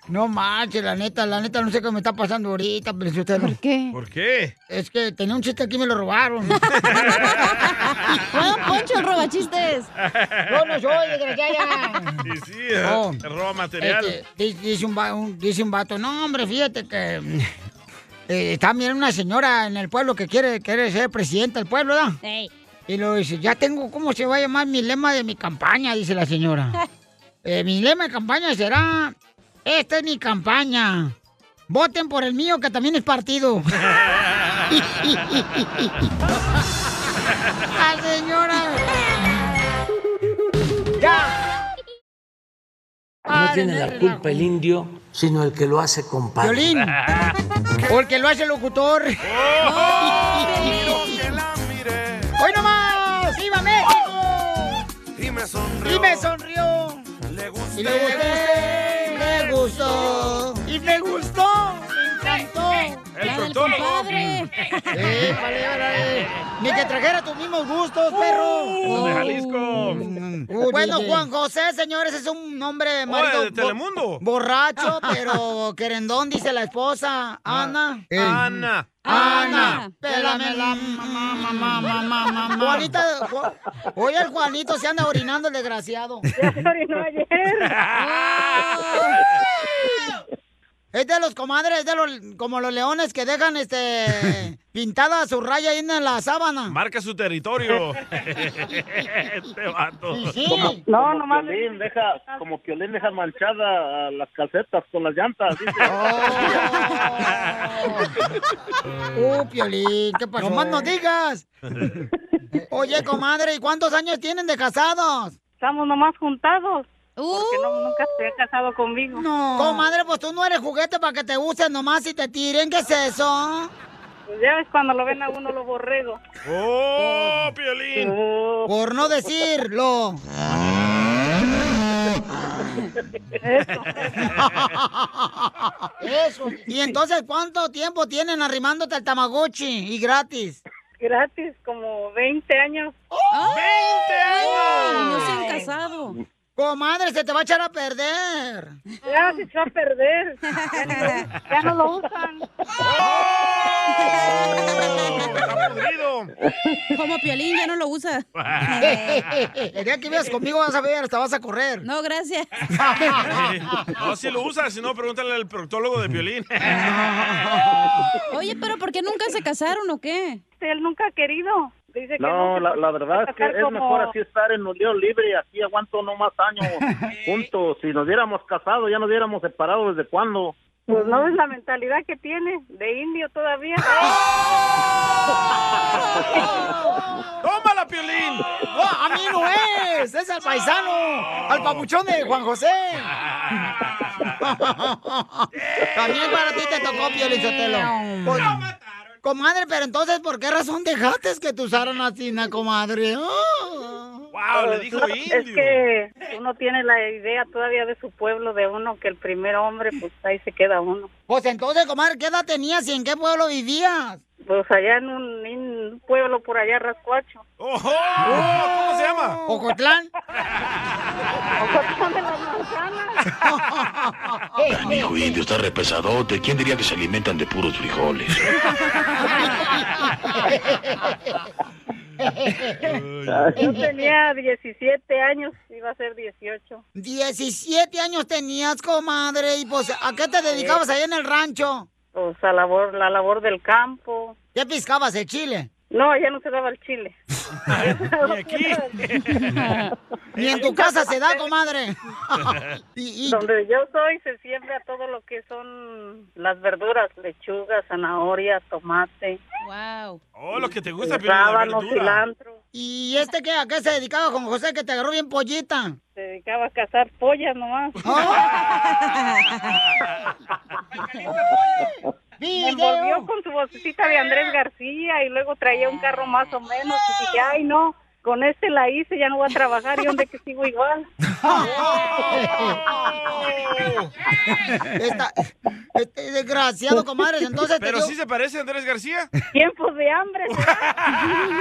No manches, la neta, la neta, no sé qué me está pasando ahorita, pero si usted ¿Por qué? ¿Por qué? Es que tenía un chiste aquí y me lo robaron. ¡Juan Ah, Poncho roba chistes! Yo no soy, desgraciada. Sí, sí, eh, Oh. te roba material. Este, di- dice, un va- un- dice un vato, no, hombre, fíjate que eh, está bien una señora en el pueblo que quiere, quiere ser presidenta del pueblo, ¿verdad? Y lo dice, ya tengo cómo se va a llamar mi lema de mi campaña, dice la señora. Eh, mi lema de campaña será, esta es mi campaña. Voten por el mío, que también es partido. ¡Ah, señora! ¡Ya! No tiene la culpa el indio, sino el que lo hace compadre. Violín. Porque lo hace el locutor. Oh. ¡Hoy nomás! ¡Viva México! Y me sonrió. Y me sonrió. Y le gusté. Me gustó. Y me gustó. Me encantó. El La del proctólogo. compadre. Eh, vale, vale. Ni que trajera tus mismos gustos, perro. Uh. Uh. De Jalisco. Bueno, Juan José, señores, es un nombre marido de Telemundo. borracho, pero querendón, dice la esposa, Ana. Ah. Eh. Ana. Ana, pélame la mamá, mamá, mamá, mamá. Juanita, Ju- hoy el Juanito se anda orinando el desgraciado. orinó ayer. Es de los comadres, es de los, como los leones que dejan este pintada su raya ahí en la sábana. Marca su territorio. este vato. Como, no, nomás. Piolín deja, como Piolín deja manchada a las calcetas con las llantas. dice. Oh. Uh, Piolín, ¿qué pasó? Nomás no digas. Oye, comadre, ¿y cuántos años tienen de casados? Estamos nomás juntados. Porque nunca se ha casado conmigo. No. Comadre, pues tú no eres juguete para que te usen nomás y te tiren. ¿Qué es eso? Pues Ya es cuando lo ven a uno los borregos. ¡Oh, Piolín! Por no decirlo. Eso. Eso. Y entonces, ¿cuánto tiempo tienen arrimándote al Tamagotchi y gratis? ¡Oh! gratis, como 20 años. Ay, no se han casado. Comadre, se te va a echar a perder. Ya se echó a perder. Ya no, ya no lo usan. Oh. Como Piolín ya no lo usa. El día que vivas conmigo vas a ver, hasta vas a correr. No, gracias. No, si lo usas, si no, pregúntale al proctólogo de violín. Oye, pero ¿por qué nunca se casaron o qué? Él nunca ha querido. Dice que No, se la, puede la verdad es que casar es como- mejor así estar en unión libre, así aguanto no más años juntos. Si nos hubiéramos casado, ya nos hubiéramos separado desde cuándo. Pues no es la mentalidad que tiene, de indio todavía. ¡Oh! ¡Tómala, Piolín! No, a mí no es, es al paisano, al papuchón de Juan José. También para ti te tocó Piolín Sotelo. Pues, comadre, pero entonces, ¿por qué razón dejaste que te usaran así, na, comadre? Wow, Ah, le dijo No, indio. Es que uno tiene la idea todavía de su pueblo, de uno, que el primer hombre, pues ahí se queda uno. Pues entonces, comadre, ¿qué edad tenías y en qué pueblo vivías? Pues allá en un, en un pueblo por allá, Rascuacho. ¡Oh, ¿Cómo se llama? Ocotlán. Ocotlán de Eh, las manzanas. Hijo indio, está repesadote. ¿Quién diría que se alimentan de puros frijoles? Yo tenía 17 años, iba a ser 18. 17 años tenías, comadre, y pues, ¿a qué te dedicabas ahí en el rancho? Pues a labor, la labor del campo. ¿Qué piscabas, el chile? No, ya no se daba el chile. Ni en tu casa se da, comadre. Donde yo soy se siembra todo lo que son las verduras, lechuga, zanahoria, tomate, Wow. Oh, lo que te gusta, Piolín, la rábano, verdura. cilantro. ¿Y este qué? ¿A qué se dedicaba Juan José que te agarró bien pollita? ¿Oh? Se dedicaba a cazar pollas nomás. Me envolvió con su vocecita de Andrés García y luego traía un carro más o menos y dije, ay no, con este la hice, ya no voy a trabajar y donde que sigo igual. Esta- este desgraciado, comadres, entonces te Pero dio- sí se parece a Andrés García. Tiempos de hambre.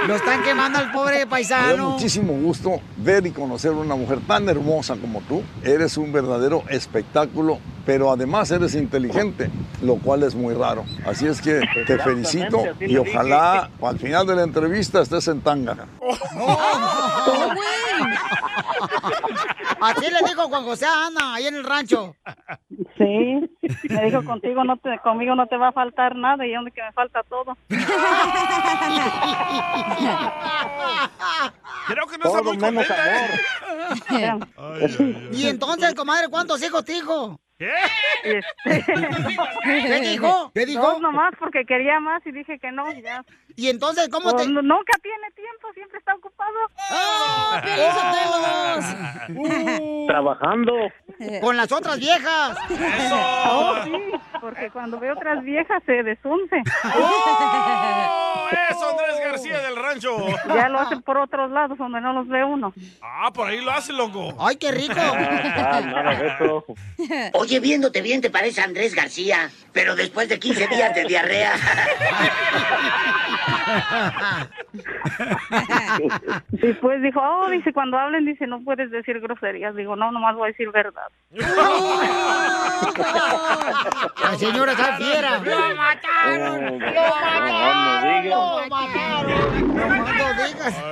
Lo están quemando al pobre Me da paisano. muchísimo gusto ver y conocer una mujer tan hermosa como tú. Eres un verdadero espectáculo, pero además eres inteligente, lo cual es muy raro. Así es que te felicito así y lo ojalá al final de la entrevista estés en tanga. Oh, Así le dijo Juan José a Ana, ahí en el rancho. Sí, me dijo contigo no te, conmigo no te va a faltar nada y donde que me falta todo. Creo que no está muy contenta, ¿eh? Y entonces, comadre, ¿cuántos hijos te dijo? ¿Qué? ¿Qué dijo? ¿Qué dijo? Dos nomás porque quería más y dije que no, ya. ¿Y entonces cómo Pues, te...? no- Nunca tiene tiempo, siempre está ocupado. ¡Oh, ¡Oh! Trabajando. Con las otras viejas. Oh, sí, porque cuando veo otras viejas se desunce. ¡Oh, es Andrés García del rancho! Ya lo hacen por otros lados donde no los ve uno. Ah, por ahí lo hace, loco. ¡Ay, qué rico! Oye, viéndote bien, te parece a Andrés García, pero después de 15 días de diarrea. Después dijo, oh, dice, cuando hablen, dice, no puedes decir groserías. Digo, no, nomás voy a decir verdad. ¡Oh! La señora está fiera. ¡Lo mataron! ¡Lo Oh, mataron! ¡Lo mataron! No digas.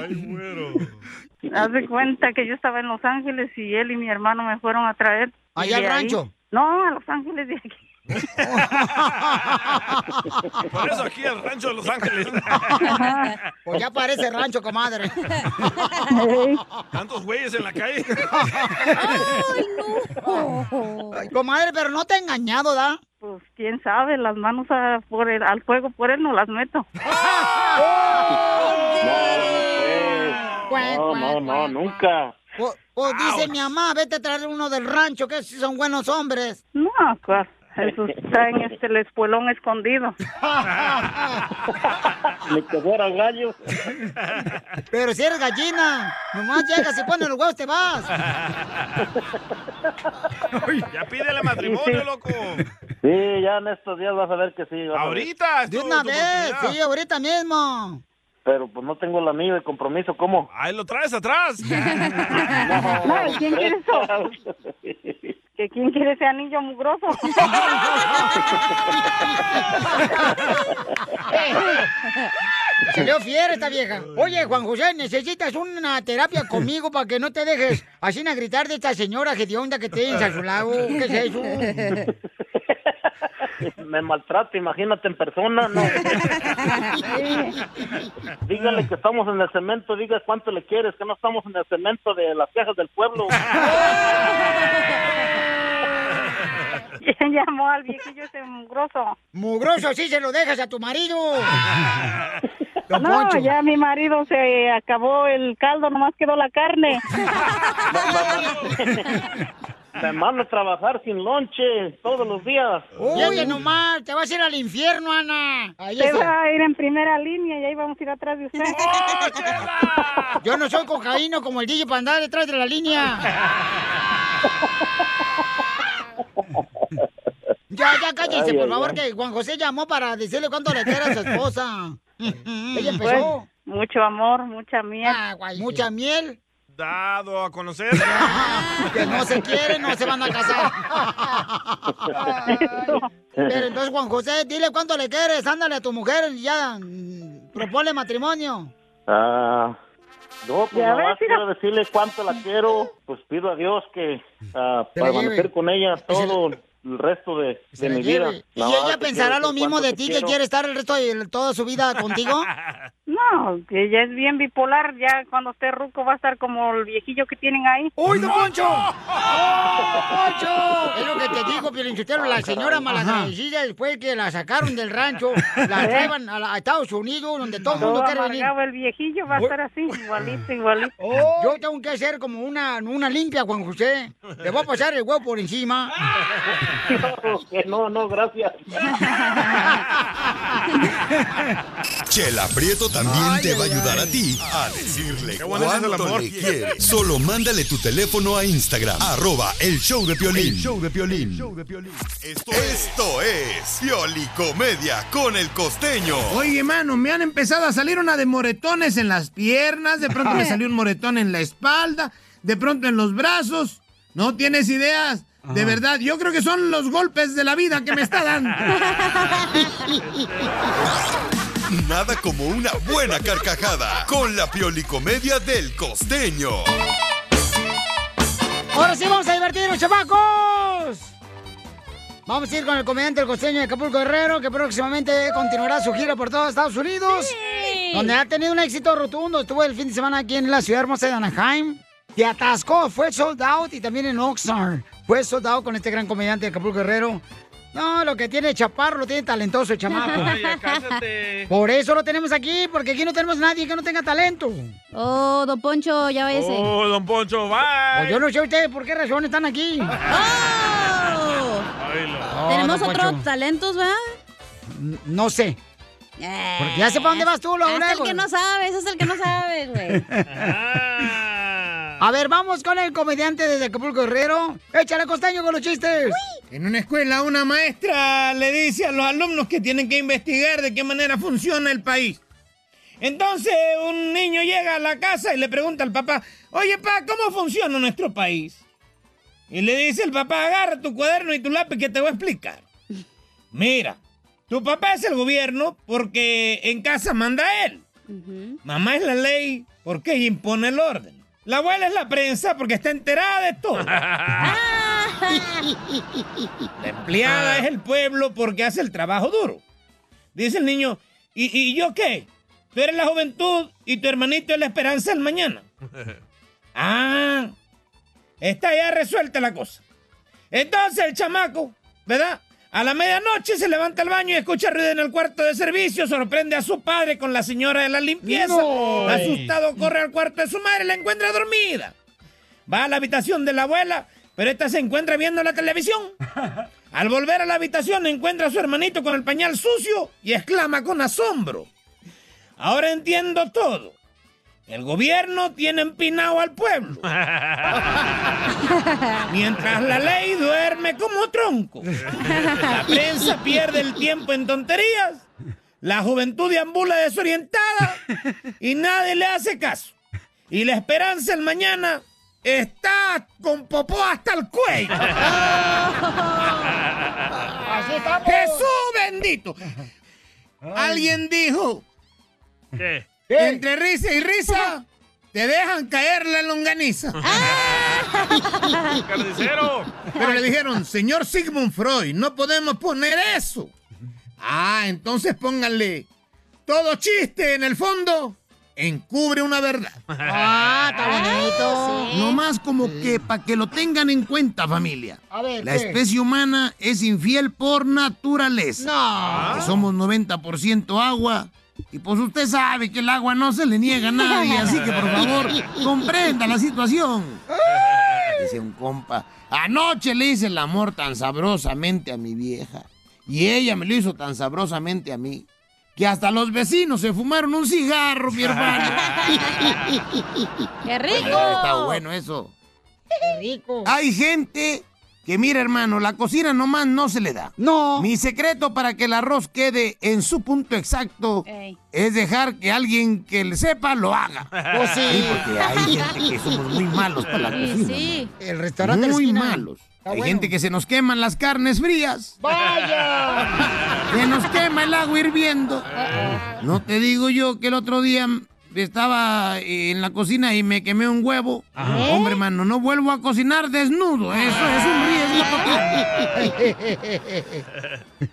Haz de cuenta que yo estaba en Los Ángeles y él y mi hermano me fueron a traer. ¿Allá Y de al ahí- rancho? No, a Los Ángeles de aquí. Por eso aquí el rancho de Los Ángeles. Pues ya parece rancho, comadre. Tantos güeyes en la calle. Ay, comadre, pero no te he engañado, ¿da? Pues quién sabe, las manos a- por el- al fuego por él no las meto. Cuac, No, no, no, nunca. Pues, pues dice mi mamá, vete a traer uno del rancho, que si son buenos hombres. No, claro. Esos traen este el espuelón escondido. Ni que fuera gallo. Pero si eres gallina, nomás llegas y pones los huevos, te vas. Ah, Ya pídele matrimonio, loco. Sí, ya en estos días vas a ver que sí. vas a ver. Ahorita. De una vez, sí, ahorita mismo. pero pues no tengo el anillo de compromiso, ¿cómo? Ahí lo traes atrás. No, ¿y ¿quién quiere eso? ¿Que ¿Quién quiere ese anillo mugroso? Se veo fiera esta vieja. Oye, Juan José, necesitas una terapia conmigo para que no te dejes así a gritar de esta señora gedionda que tienes a su lado. ¿Qué es eso? Me maltrata, imagínate en persona, ¿no? Dígale que estamos en el cemento, diga cuánto le quieres, que no estamos en el cemento de las cajas del pueblo. ¿Quién llamó al viejillo ese mugroso? Mugroso, sí se lo dejas a tu marido. Don No, Poncho. ya mi marido se acabó el caldo, nomás quedó la carne. Me manda a trabajar sin lonche todos los días. Oye, nomás, te vas a ir al infierno, Ana. Ahí Te está. va a ir en primera línea y ahí vamos a ir atrás de usted. Yo no soy cocaíno como el DJ para andar detrás de la línea. Ya, ya cállese, Ay, por ay, favor, ay. que Juan José llamó para decirle cuánto le queda a su esposa. Ella empezó. Ah, mucho amor, Pues, mucha miel. mucha miel. Dado a conocer. Que no se quieren, no se van a casar. Pero entonces, Juan José, dile cuánto le quieres, ándale a tu mujer y ya mm, propone matrimonio. Ah, no, pues Ya nada ves, más quiero decirle cuánto la quiero. Pues pido a Dios que ah, para amanecer con ella todo el resto de, de mi vida. ¿Y Nada más ella te pensará quiero lo decir mismo cuánto de te ti, que quiero. quiere estar el resto de toda su vida contigo? No, que ya es bien bipolar, ya cuando esté ruco va a estar como el viejillo que tienen ahí. ¡Uy, no, Poncho! ¡Poncho! Es lo que te digo, Piolinchotero, Ah, la señora malagradecida después que la sacaron del rancho, la ¿Eh? llevan a, la- a Estados Unidos, donde todo el Todo mundo quiere venir. Oh. amargado el viejillo va a estar así, igualito, igualito. Yo tengo que hacer como una, una limpia, Juan José. Le voy a pasar el huevo por encima. No, no, gracias. Chela Prieto también Ay, te va a ay, ayudar ay. a ti a decirle Qué bueno es el cuánto amor. le quieres. Solo mándale tu teléfono a Instagram, arroba el show de Piolín. El show de Piolín. Esto, esto es Piolicomedia con el costeño. Oye, mano, me han empezado a salir una de moretones en las piernas, de pronto me salió un moretón en la espalda, de pronto en los brazos. No tienes ideas, de verdad. Yo creo que son los golpes de la vida que me está dando. Nada como una buena carcajada con la Piolicomedia del costeño. Ahora sí vamos a divertirnos, chamacos. Vamos a ir con el comediante El Costeño de Acapulco Guerrero, que próximamente continuará su gira por todos Estados Unidos. Donde ha tenido un éxito rotundo. Estuvo el fin de semana aquí en la ciudad hermosa de Anaheim. Te atascó, fue sold out y también en Oxnard. Fue sold out con este gran comediante de Acapulco Guerrero. No, lo que tiene Chaparro lo tiene talentoso el chamaco. Ay, ya cállate. Por eso lo tenemos aquí, porque aquí no tenemos nadie que no tenga talento. Oh, don Poncho, ya váyase. Oh, don Poncho, bye. Pues yo no sé ustedes por qué razón están aquí. Oílo. Tenemos don otros Poncho. talentos, ¿verdad? N- No sé. Porque ya sé para dónde vas tú, luego, Ese Ah, Es el luego. que no sabe, ese es el que no sabe, güey. A ver, vamos con el comediante desde Acapulco Guerrero. Échale costeño con los chistes. En una escuela, una maestra le dice a los alumnos que tienen que investigar de qué manera funciona el país. Entonces, un niño llega a la casa y le pregunta al papá, oye, pa, ¿cómo funciona nuestro país? Y le dice el papá, agarra tu cuaderno y tu lápiz que te voy a explicar. Mira, tu papá es el gobierno porque en casa manda él. Mamá es la ley porque ella impone el orden. La abuela es la prensa porque está enterada de todo. La empleada es el pueblo porque hace el trabajo duro. Dice el niño, ¿y, y yo qué? Tú eres la juventud y tu hermanito es la esperanza del mañana. Ah, está ya resuelta la cosa. Entonces el chamaco, ¿verdad? A la medianoche se levanta al baño y escucha ruido en el cuarto de servicio, sorprende a su padre con la señora de la limpieza. No. Asustado corre al cuarto de su madre y la encuentra dormida. Va a la habitación de la abuela, pero esta se encuentra viendo la televisión. Al volver a la habitación encuentra a su hermanito con el pañal sucio y exclama con asombro. Ahora entiendo todo. El gobierno tiene empinado al pueblo. Mientras la ley duerme como tronco. La prensa pierde el tiempo en tonterías. La juventud deambula desorientada y nadie le hace caso. Y la esperanza el mañana está con popó hasta el cuello. Jesús bendito. Alguien dijo, ¿Qué? entre risa y risa, te dejan caer la longaniza. Ah. ¡Carnicero! Pero le dijeron, señor Sigmund Freud, no podemos poner eso. Ah, entonces pónganle, todo chiste en el fondo encubre una verdad. Ah, está bonito. No más como que para que lo tengan en cuenta, familia. A ver, La ¿qué? especie humana es infiel por naturaleza. No. Porque somos 90% agua. Y pues usted sabe que el agua no se le niega a nadie, así que por favor, comprenda la situación. Dice un compa, anoche le hice el amor tan sabrosamente a mi vieja. Y ella me lo hizo tan sabrosamente a mí. Que hasta los vecinos se fumaron un cigarro, mi hermano. ¡Qué Está rico! bueno eso. Qué rico. Hay gente que, mira, hermano, la cocina nomás no se le da. No. Mi secreto para que el arroz quede en su punto exacto Ey. es dejar que alguien que le sepa lo haga. Pues sí. porque hay gente que somos muy malos para la Sí, cocina. sí. El restaurante Muy esquina. ¿eh? malos. Está hay bueno. gente que se nos queman las carnes frías. ¡Vaya! Se nos quema el agua hirviendo. Ah, No te digo yo que el otro día estaba eh, en la cocina y me quemé un huevo. Ajá. Hombre, hermano, no vuelvo a cocinar desnudo. Eso es un riesgo Ah.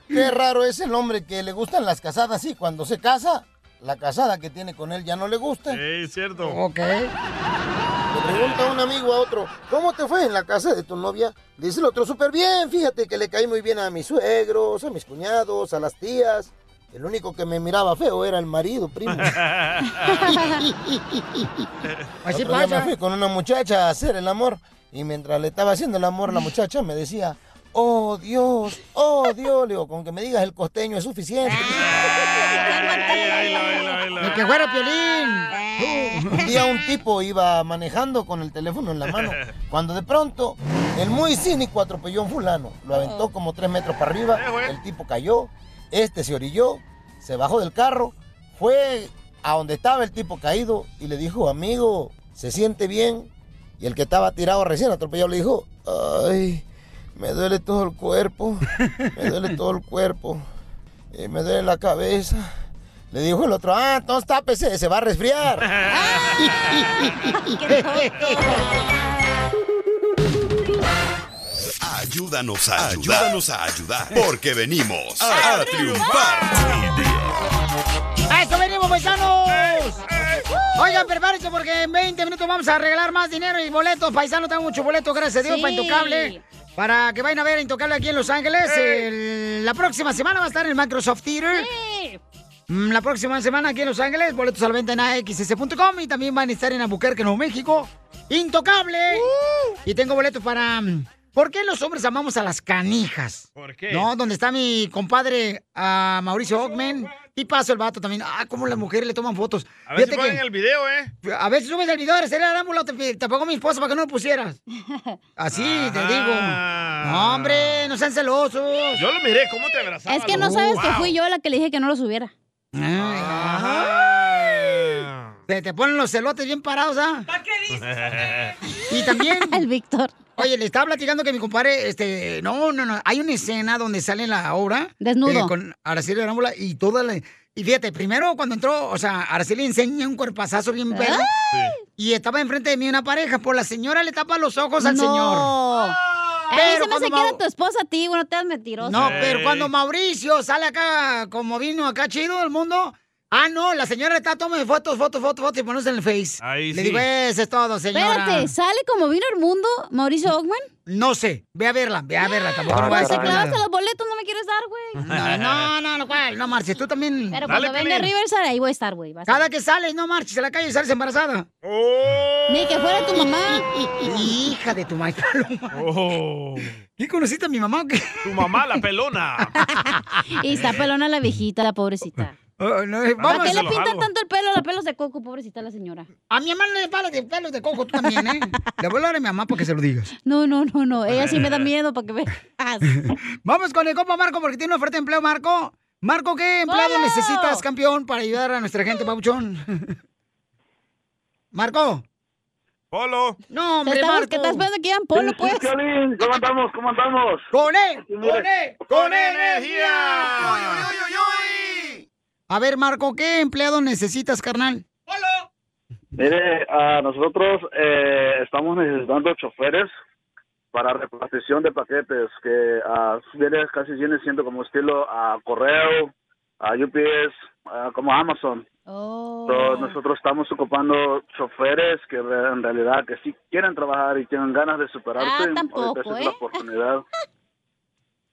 Qué raro es el hombre que le gustan las casadas, sí, cuando se casa, la casada que tiene con él ya no le gusta. Sí, cierto. Ok. Le pregunta un amigo a otro, ¿cómo te fue en la casa de tu novia? Dice el otro, súper bien, fíjate que le caí muy bien a mis suegros, a mis cuñados, a las tías. El único que me miraba feo era el marido, primo. Así Otro día pasa. Me fui con una muchacha a hacer el amor y mientras le estaba haciendo el amor la muchacha me decía, oh Dios, oh Dios, le digo, con que me digas el costeño es suficiente. Ni que fuera Piolín. Un día un tipo iba manejando con el teléfono en la mano, cuando de pronto el muy cínico atropelló a un fulano, lo aventó como tres metros para arriba, el tipo cayó, este se orilló, se bajó del carro, fue a donde estaba el tipo caído y le dijo, amigo, ¿se siente bien? Y el que estaba tirado recién atropellado le dijo, ay, me duele todo el cuerpo, me duele todo el cuerpo, eh, me duele la cabeza. Le dijo el otro, ah, entonces tápese, se va a resfriar. Ayúdanos a ayudar. Ayúdanos a ayudar. Porque venimos a, a triunfar. ¡A eso venimos, paisanos! Oigan, prepárense porque en 20 minutos vamos a regalar más dinero y boletos. Paisanos, tengo muchos boletos, gracias a Dios, Sí. para Intocable. Para que vayan a ver a Intocable aquí en Los Ángeles. Eh. El- la próxima semana va a estar en el Microsoft Theater. Mm, La próxima semana aquí en Los Ángeles, boletos a la venta en AXS.com y también van a estar en Albuquerque, Nuevo México. ¡Intocable! ¡Uh! Y tengo boletos para... mm, ¿Por qué los hombres amamos a las canijas? ¿Por qué? No, donde está mi compadre ah, Mauricio Ogman. Y paso el vato también. Ah, cómo las mujeres le toman fotos. A ver si Fíjate ponen el video, ¿eh? que- A ver si subes el video de la Arámbula, te, te pagó mi esposa para que no lo pusieras. Así te digo. No, Ah. hombre, no sean celosos. Yo lo miré, ¿cómo te abrazaba? Es que no loco? sabes que Wow. fui yo la que le dije que no lo subiera. Te, te ponen los celotes bien parados, ¿ah? Y también. El Víctor. Oye, le estaba platicando que mi compadre, este, no, no, no. Hay una escena donde sale la obra. eh, Desnudo. con Araceli Arámbula y toda la. Y fíjate, primero cuando entró, o sea, Araceli enseña un cuerpazazo bien bello. Y estaba enfrente de mí una pareja, por la señora le tapa los ojos al No. señor. Ahí se me cuando hace que era Mau- tu esposa a ti, bueno, te das mentiroso. No, pero cuando Mauricio sale acá, como vino acá chido el mundo. Ah, no, la señora está tomando fotos, fotos, fotos, fotos y ponerse en el face. Le sí. digo, eso es todo, señora. Espérate, ¿sale como vino el mundo Mauricio Ogman? No sé, ve a verla, ve a verla, tampoco no voy a Pues te decir nada. clavaste los boletos, no me quieres dar, No, güey. no, no, no, cuál, no marches, tú también. Pero cuando venga Riverside, ahí voy a estar, güey. vas a- Cada que sales, no marches a la calle y sales embarazada. Oh. Ni que fuera tu mamá. Hija de tu madre, Paloma. ¿Qué conociste a mi mamá o qué? Oh. Tu mamá, la Eh. pelona. Ah, Y está pelona la viejita, la pobrecita. Oh, no, eh, ¿Para vamos. qué le pintan tanto el pelo? La pelos de coco, pobrecita la señora. A mi mamá le palas de pelos de coco, tú también, ¿eh? Le voy a hablar a mi mamá para que se lo digas. No, no, no, no. Ella sí me da miedo para que veas. Vamos con el compa Marco porque tiene una oferta de empleo, Marco. Marco, ¿qué empleado necesitas, campeón, para ayudar a nuestra gente, papuchón? Marco. Polo. No, hombre, Estamos- Marco. ¿Qué estás esperando que digan polo, pues? ¿Cómo andamos? ¿Cómo andamos? ¡Con él! Sí, ¡Con mire. él! ¡Con E energía! A ver, Marco, ¿qué empleado necesitas, carnal? Mire, ah, nosotros eh, estamos necesitando choferes para repartición de paquetes que ah, viene- casi viene siendo como estilo a correo, a UPS, ah, como Amazon. So, nosotros estamos ocupando choferes que re- en realidad que sí quieren trabajar y tienen ganas de superarse. Ahorita esa es la oportunidad.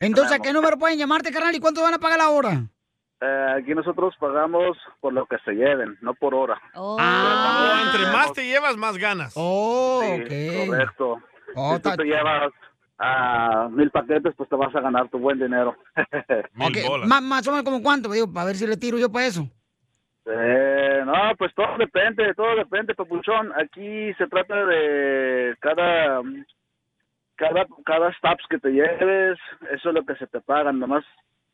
Entonces, ¿a qué número pueden llamarte, carnal? ¿Y cuánto van a pagar la hora? Eh, aquí nosotros pagamos por lo que se lleven, no por hora. Oh. Ah, entre más te llevas, más ganas. Oh, Sí, correcto. Oh, si tú ta- te llevas a mil paquetes, pues te vas a ganar tu buen dinero. Ok, ma- Más o menos como cuánto, digo, para ver si le tiro yo para eso. Eh, no, pues todo depende, todo depende, papuchón. Aquí se trata de cada cada cada stops que te lleves, eso es lo que se te pagan. Nomás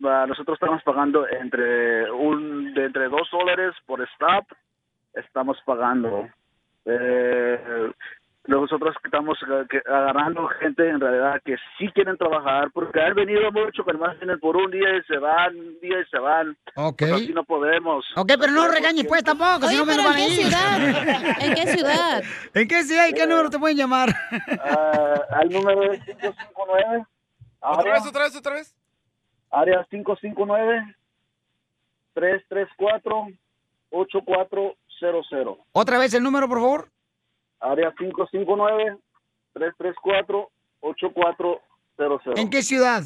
ah, nosotros estamos pagando entre un de entre dos dólares por stop, estamos pagando. Eh, nosotros estamos ag- que- agarrando gente en realidad que sí quieren trabajar porque han venido mucho, pero más vienen por un día y se van, un día y se van. Ok. Pues así no podemos. Ok, pero no regañes pues tampoco, si Oye, no me lo pero van a ¿en qué ir. ciudad? ¿En qué ciudad? ¿En qué ciudad y qué número te pueden llamar? Ah, Ah, al número 559. ¿Otra vez, otra vez, otra vez? Área 559-334-8400. Otra vez el número, por favor. Área 559-334-8400. ¿En qué ciudad?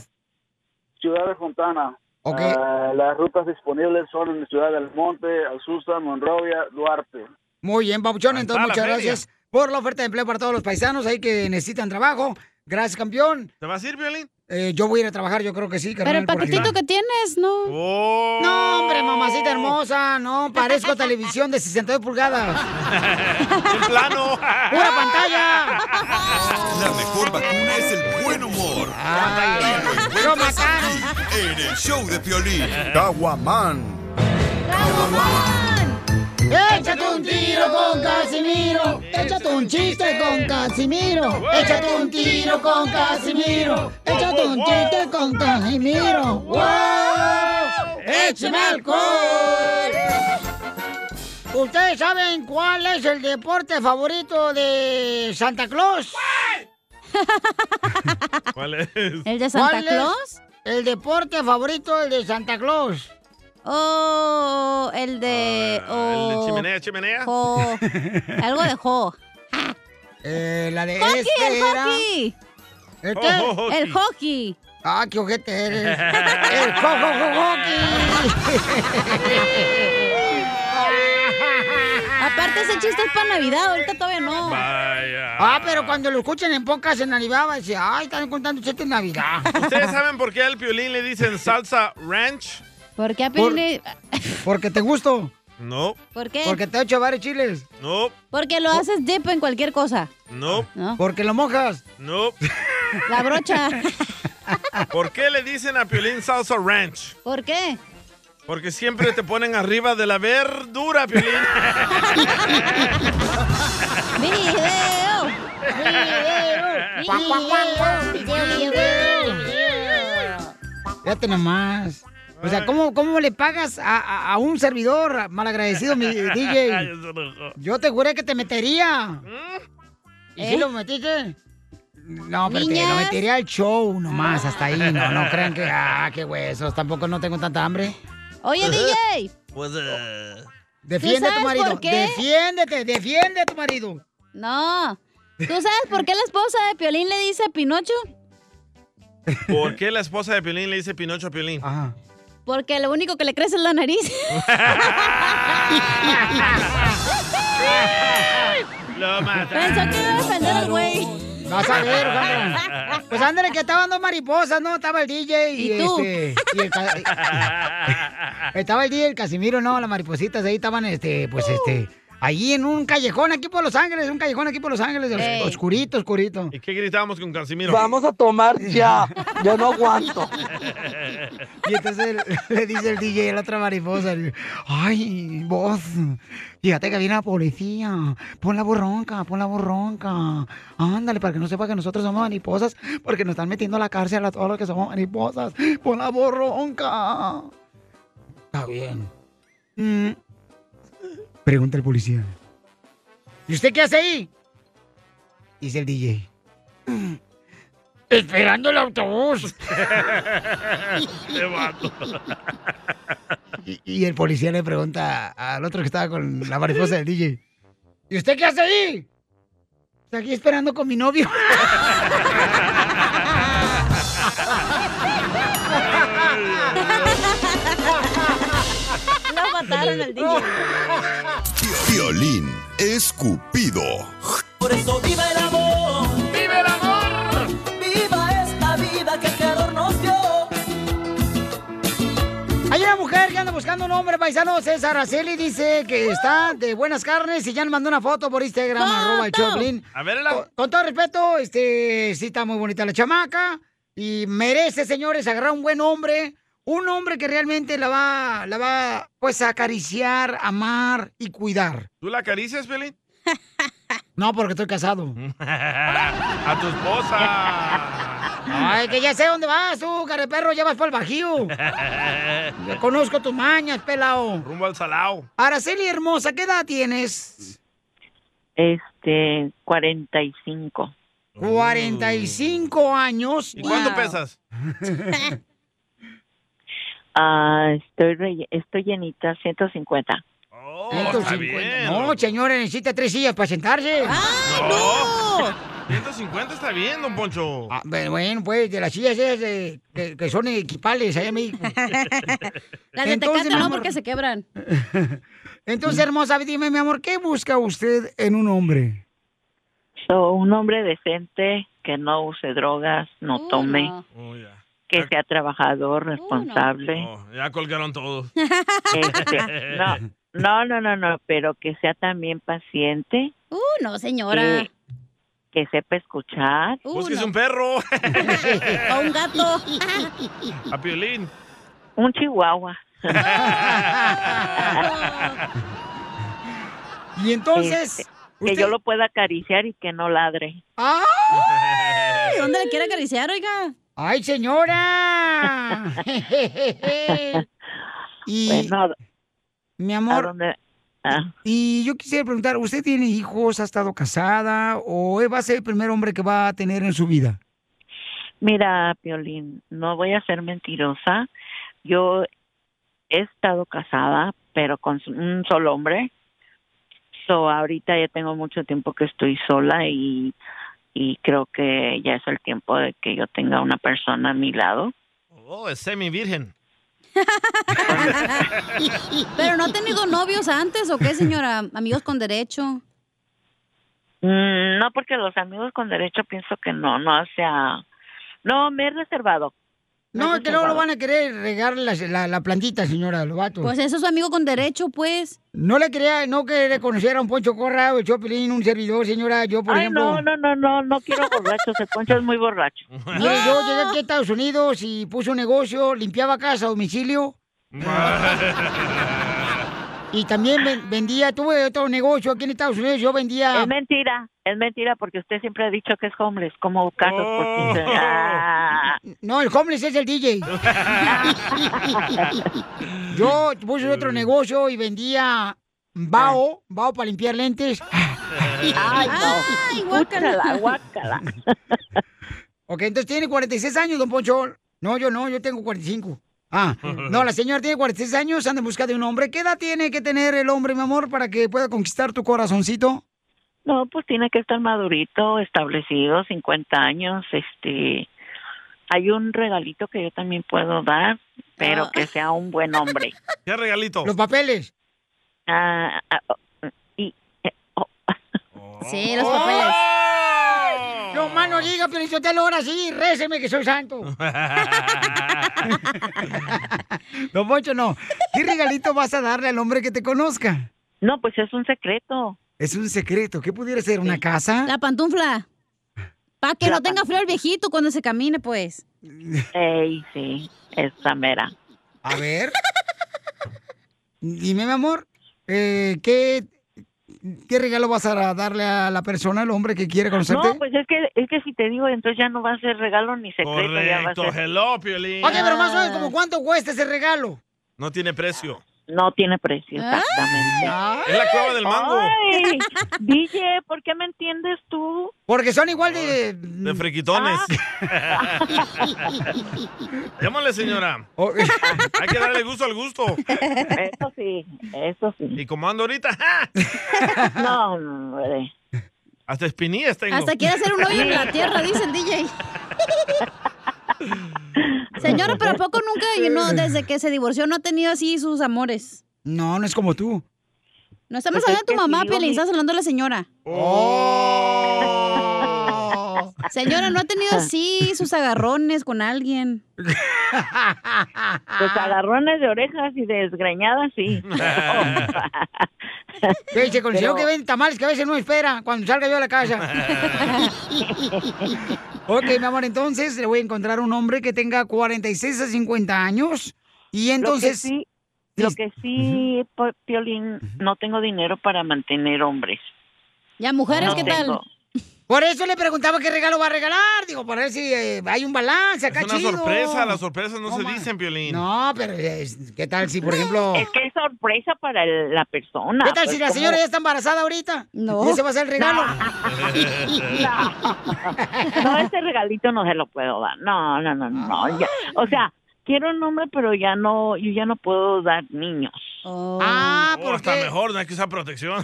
Ciudad de Fontana. Ok. Ah, las rutas disponibles son en Ciudad del Monte, Azusa, Monrovia, Duarte. Muy bien, Papuchón. Ahí Entonces, está la muchas feria. gracias por la oferta de empleo para todos los paisanos ahí que necesitan trabajo. Gracias, campeón. ¿Te vas a ir, Violín? Eh, yo voy a ir a trabajar, yo creo que sí, carnal. Pero el porque- paquetito que tienes, no. Oh. No, hombre, mamacita hermosa, no, parezco televisión de 62 pulgadas. plano! ¡Pura pantalla! La mejor vacuna es el buen humor. Y lo encuentras aquí, En el show de Piolín. Caguaman. Échate un tiro con Casimiro. Échate un chiste con Casimiro. Échate un tiro con Casimiro. Échate un chiste con Casimiro. ¡Wow! ¡Échame alcohol! ¿Ustedes saben cuál es el deporte favorito de Santa Claus? ¿Cuál es? ¿Cuál es El deporte favorito el de Santa Claus. Oh, el de. Ah, ¿El de oh, chimenea, chimenea? Oh. jo. Algo de jo. Eh, la de Hockey, este el era- hockey. ¿El qué? Oh, hockey. El hockey. Ah, qué ojete eres. el cojo Aparte, ese chiste es para Navidad, ahorita todavía no. Vaya. Ah, pero cuando lo escuchen en pocas en Navidad, va a decir, ay, están contando chistes en Navidad. ¿Ustedes saben por qué al Piolín le dicen salsa ranch? ¿Por qué a Por- Piolín Porque te gusto. No, ¿Por qué? Porque te he hecho varios chiles. no, Porque lo haces dip en cualquier cosa. no, Porque lo mojas. no. La brocha. ¿Por qué le dicen a Piolín salsa ranch? ¿Por qué? Porque siempre te ponen arriba de la verdura, Piolín. ¡Video! Fíjate nomás. O sea, ¿cómo, cómo le pagas a, a- a un servidor malagradecido, mi DJ? Yo te juré que te metería. ¿Mm? ¿Y si ¿Eh? lo metiste? No, pero te Niñas. lo metería al show nomás, hasta ahí. No, no crean que, ah, qué huesos. Tampoco no tengo tanta hambre. Oye, DJ. Defiende a tu sabes marido. por qué? Defiéndete, defiende a tu marido. No. ¿Tú sabes por qué la esposa de Piolín le dice a Pinocho? ¿Por qué la esposa de Piolín le dice Pinocho a Piolín? Ajá. Porque lo único que le crece es la nariz. Lo Pensó que iba a defender al güey. Vas a ver, Sandra. Pues ándale, que estaban dos mariposas, ¿no? Estaba el DJ y, ¿Y tú? este, y el ca- Estaba el DJ, el Casimiro, no, las maripositas ahí estaban, este, pues, este, Allí en un callejón aquí por Los Ángeles, un callejón aquí por Los Ángeles, Ey. oscurito, oscurito. ¿Y qué gritábamos con Casimiro? Vamos a tomar ya, yo no aguanto. Y entonces le- le dice el DJ a la otra mariposa, ay, vos, fíjate que viene la policía, pon la borronca, pon la borronca, ándale, para que no sepa que nosotros somos mariposas, porque nos están metiendo a la cárcel a todos los que somos mariposas, pon la borronca. Está bien. Mm. Pregunta el policía. ¿Y usted qué hace ahí? Dice el DJ. Esperando el autobús. Te mato. Y, y el policía le pregunta al otro que estaba con la mariposa del DJ. ¿Y usted qué hace ahí? Estoy aquí esperando con mi novio. Lo mataron al DJ. Violín escupido. Por eso viva el amor. Viva el amor. Viva esta vida que el Creador nos dio. Hay una mujer que anda buscando un hombre paisano, César Araceli, dice que está de buenas carnes y ya le mandó una foto por Instagram, arroba el Choplin. A ver, la... Con, con todo respeto, este, sí está muy bonita la chamaca y merece, señores, agarrar un buen hombre, un hombre que realmente la va, la va, pues, a acariciar, amar y cuidar. ¿Tú la acaricias, Pelín? No, porque estoy casado. a tu esposa. Ay, que ya sé dónde vas tú, perro, ya vas para el Bajío. Yo conozco tus mañas, pelao. Rumbo al salao. Araceli hermosa, ¿qué edad tienes? Este, 45. 45 años. ¿Y cuánto Mm. pesas? Ah, estoy, re- estoy llenita, 150. Oh, está bien. No, señores, necesita tres sillas para Pues, sentarse. Ah, No. 150 está bien, don Poncho. Pero bueno, pues, de las sillas esas de- que, que son equipales allá en México. Las de Entonces, Tecate mi no, amor- porque se quebran. Entonces, hermosa, dime, mi amor, ¿qué busca usted en un hombre? So, un hombre decente que no use drogas, Oh, no Oh, tome, que Ah. sea trabajador, responsable. Ya colgaron todos. Este, no, no, no, no, no, pero que sea también paciente, Uh, no, señora. Sí. que sepa escuchar. Uh, Búsquese no. Oh, un perro. O un gato. A Piolín. Un chihuahua. Y entonces, Este, que yo lo pueda acariciar y que no ladre. ¡Ay! ¿Dónde le quiere acariciar, oiga? ¡Ay, señora! Oh. y, Bueno, mi Pues, ¿a amor, dónde? Ah, y yo quisiera preguntar, ¿usted tiene hijos, ha estado casada o va a ser el primer hombre que va a tener en su vida? mira, Piolín, no voy a ser mentirosa. Yo he estado casada, pero con su- un solo hombre. So, ahorita ya tengo mucho tiempo que estoy sola y, y creo que ya es el tiempo de que yo tenga una persona a mi lado. Oh, es semi virgen. Pero no ha tenido novios antes, ¿o qué, señora? Amigos con derecho. Mm, No, porque los amigos con derecho pienso que no, no, o sea, no, me he reservado. No, es que luego lo van a querer regar la, la- la plantita, señora, los vatos. Pues eso es su amigo con derecho, pues. No le quería, no que le conociera un Poncho Corra, el Chopilín, un servidor, señora, yo por Ay, ejemplo. no, no, no, no, no quiero borrachos, el poncho es muy borracho. Mire, yo llegué aquí a Estados Unidos y puse un negocio, limpiaba casa a domicilio y también ven- vendía, tuve otro negocio aquí en Estados Unidos, yo vendía... Es mentira, es mentira, porque usted siempre ha dicho que es homeless, como casos por quince- Ah, Oh. No, el homeless es el DJ. Yo puse otro negocio y vendía bao, bao para limpiar lentes. Ay, no. Guácala, guácala. Ok, entonces tiene 46 años, don Poncho. No, yo no, yo tengo 45. Ah, no, la señora tiene 46 años, anda en busca de un hombre. ¿Qué edad tiene que tener el hombre, mi amor, para que pueda conquistar tu corazoncito? No, pues tiene que estar madurito, establecido, 50 años, este... Hay un regalito que yo también puedo dar, pero Ah. que sea un buen hombre. ¿Qué regalito? Los papeles. Ah, ah, oh, y, eh, oh, Sí, los ¡Oh! papeles. No más no diga, pero yo te lo ahora sí, réceme que soy santo. Don Poncho, no. ¿Qué regalito vas a darle al hombre que te conozca? No, pues es un secreto. Es un secreto. ¿Qué pudiera ser? ¿Una casa? La pantufla. Para que no tenga frío el viejito cuando se camine, pues. Ey, sí, esta mera. A ver. Dime, mi amor, eh, ¿qué, ¿qué regalo vas a darle a la persona, al hombre que quiere conocerte? No, pues es que, es que si te digo, entonces ya no va a ser regalo ni secreto. ya va a Correcto, ser- hello, Piolín. Ok, pero más o menos, ¿como cuánto cuesta ese regalo? No tiene precio. No tiene precio, Ah. exactamente. Ah. Es la cueva del mango. Ay, DJ, ¿por qué me entiendes tú? Porque son igual de... Mm. De friquitones. Ah, Llámale, señora. Hay que darle gusto al gusto. Eso sí, eso sí. ¿Y como ando ahorita? ¡ja! No, hombre. Hasta espinillas tengo. Hasta quiere hacer un hoyo en la tierra, dice el DJ. Señora, pero ¿a poco nunca, y no, desde que se divorció, no ha tenido así sus amores? No, no es como tú. No estamos Pues es hablando de que tu mamá, sí, lo Piolín, mi- estás hablando de la señora. Oh. Señora, ¿no ha tenido así sus agarrones con alguien? Pues agarrones de orejas y desgreñadas, sí. Que se consiguió Pero- que ven tamales que a veces no espera cuando salga yo a la casa. ok, mi amor, entonces le voy a encontrar un hombre que tenga 46 a 50 años. Y entonces. sí- Lo que sí, po- Piolín, no tengo dinero para mantener hombres. ¿Y a mujeres No qué tengo. tal? Por eso le preguntaba qué regalo va a regalar. Digo, para ver si eh, hay un balance acá Es una chido. sorpresa, las sorpresas no, se dicen, Piolín. No, pero eh, ¿qué tal si, por ejemplo. Es que es sorpresa para el- la persona. ¿Qué tal pues, si la ¿cómo? señora ya está embarazada ahorita? No. Y ese va a ser el regalo. No, ese regalito no se lo puedo dar. No, no, no, no. no, ya. O sea, quiero un hombre, pero ya no, yo ya no puedo dar niños. Ah, Oh, está mejor, no hay que usar protección.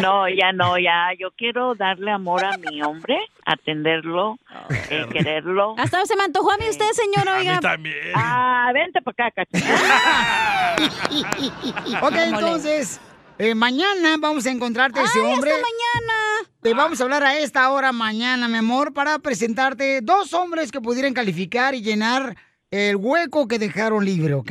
No, ya no, ya. Yo quiero darle amor a mi hombre, atenderlo, eh, quererlo. Hasta se me antojó a mí usted, señora, oiga. también. Ah, vente para acá, Ok, entonces, eh, mañana vamos a encontrarte a ese Ay, hasta hombre. mañana! Te vamos a hablar a esta hora mañana, mi amor, para presentarte dos hombres que pudieran calificar y llenar el hueco que dejaron libre, ¿ok?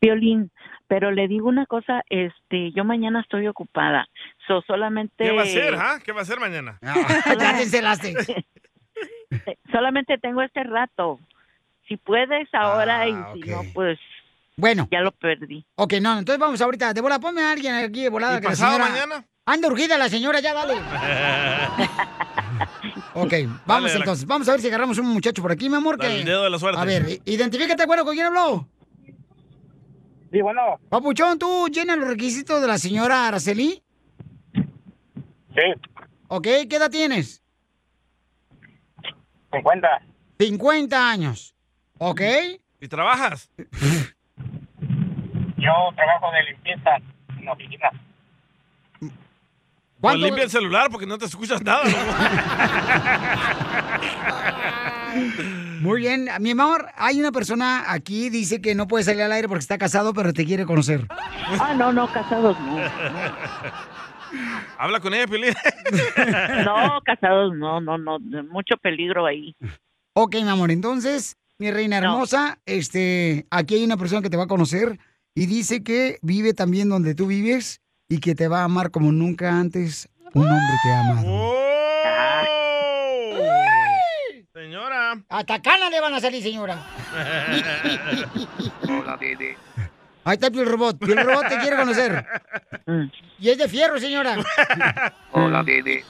Violín, pero le digo una cosa, este, yo mañana estoy ocupada. So, solamente... ¿Qué va a hacer, ah? ¿Qué va a hacer mañana? ya te encelaste. solamente tengo este rato. Si puedes ahora y Ah, si no, pues... Bueno. Ya lo perdí. Ah, Ok, no, entonces vamos ahorita. De bola, ponme a alguien aquí de volada. ¿Y que la pasado señora- mañana? Anda urgida la señora, ya dale. Ok, vamos Dale, la- entonces. Vamos a ver si agarramos un muchacho por aquí, mi amor. Dale, que- el dedo de la suerte. A ver, identifícate, bueno, ¿con quién habló? Sí, bueno. Papuchón, ¿tú llenas los requisitos de la señora Araceli? Sí. Ok, ¿qué edad tienes? 50. 50 años. Ok. ¿Y trabajas? Yo trabajo de limpieza en la oficina. Pues ¿Cuánto- limpia el celular porque no te escuchas nada. Muy bien. Mi amor, hay una persona aquí, dice que no puede salir al aire porque está casado, pero te quiere conocer. Ah, no, no, casados no. Habla con ella, Piolín. No, casados no, no, no. Mucho peligro ahí. Ok, mi amor, entonces, mi reina No. hermosa, este, aquí hay una persona que te va a conocer y dice que vive también donde tú vives y que te va a amar como nunca antes un hombre te ha amado. Señora. Hasta cana le van a salir, señora. Hola, Didi. Ahí está el robot. El robot te quiere conocer. Y es de fierro, señora. Hola, Didi.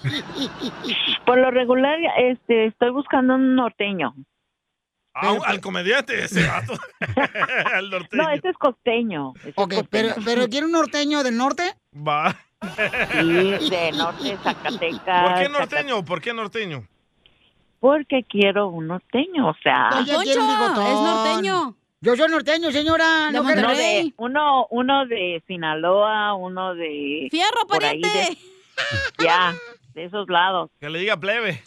Por lo regular, este, estoy buscando un norteño. Ah, un- al comediante ese vato. al norteño. No, este es costeño. Este es Ok, pero, costeño. pero ¿quiere un norteño del norte? Va. Sí, de norte, Zacatecas. ¿Por qué norteño? ¿Por qué norteño? Porque quiero un norteño, o sea. Ella quiere un bigotón. Yo soy norteño, señora. Uno no quiere- de- uno, uno de Sinaloa, uno de... Fierro, por ahí de- ya, de esos lados. Que le diga plebe.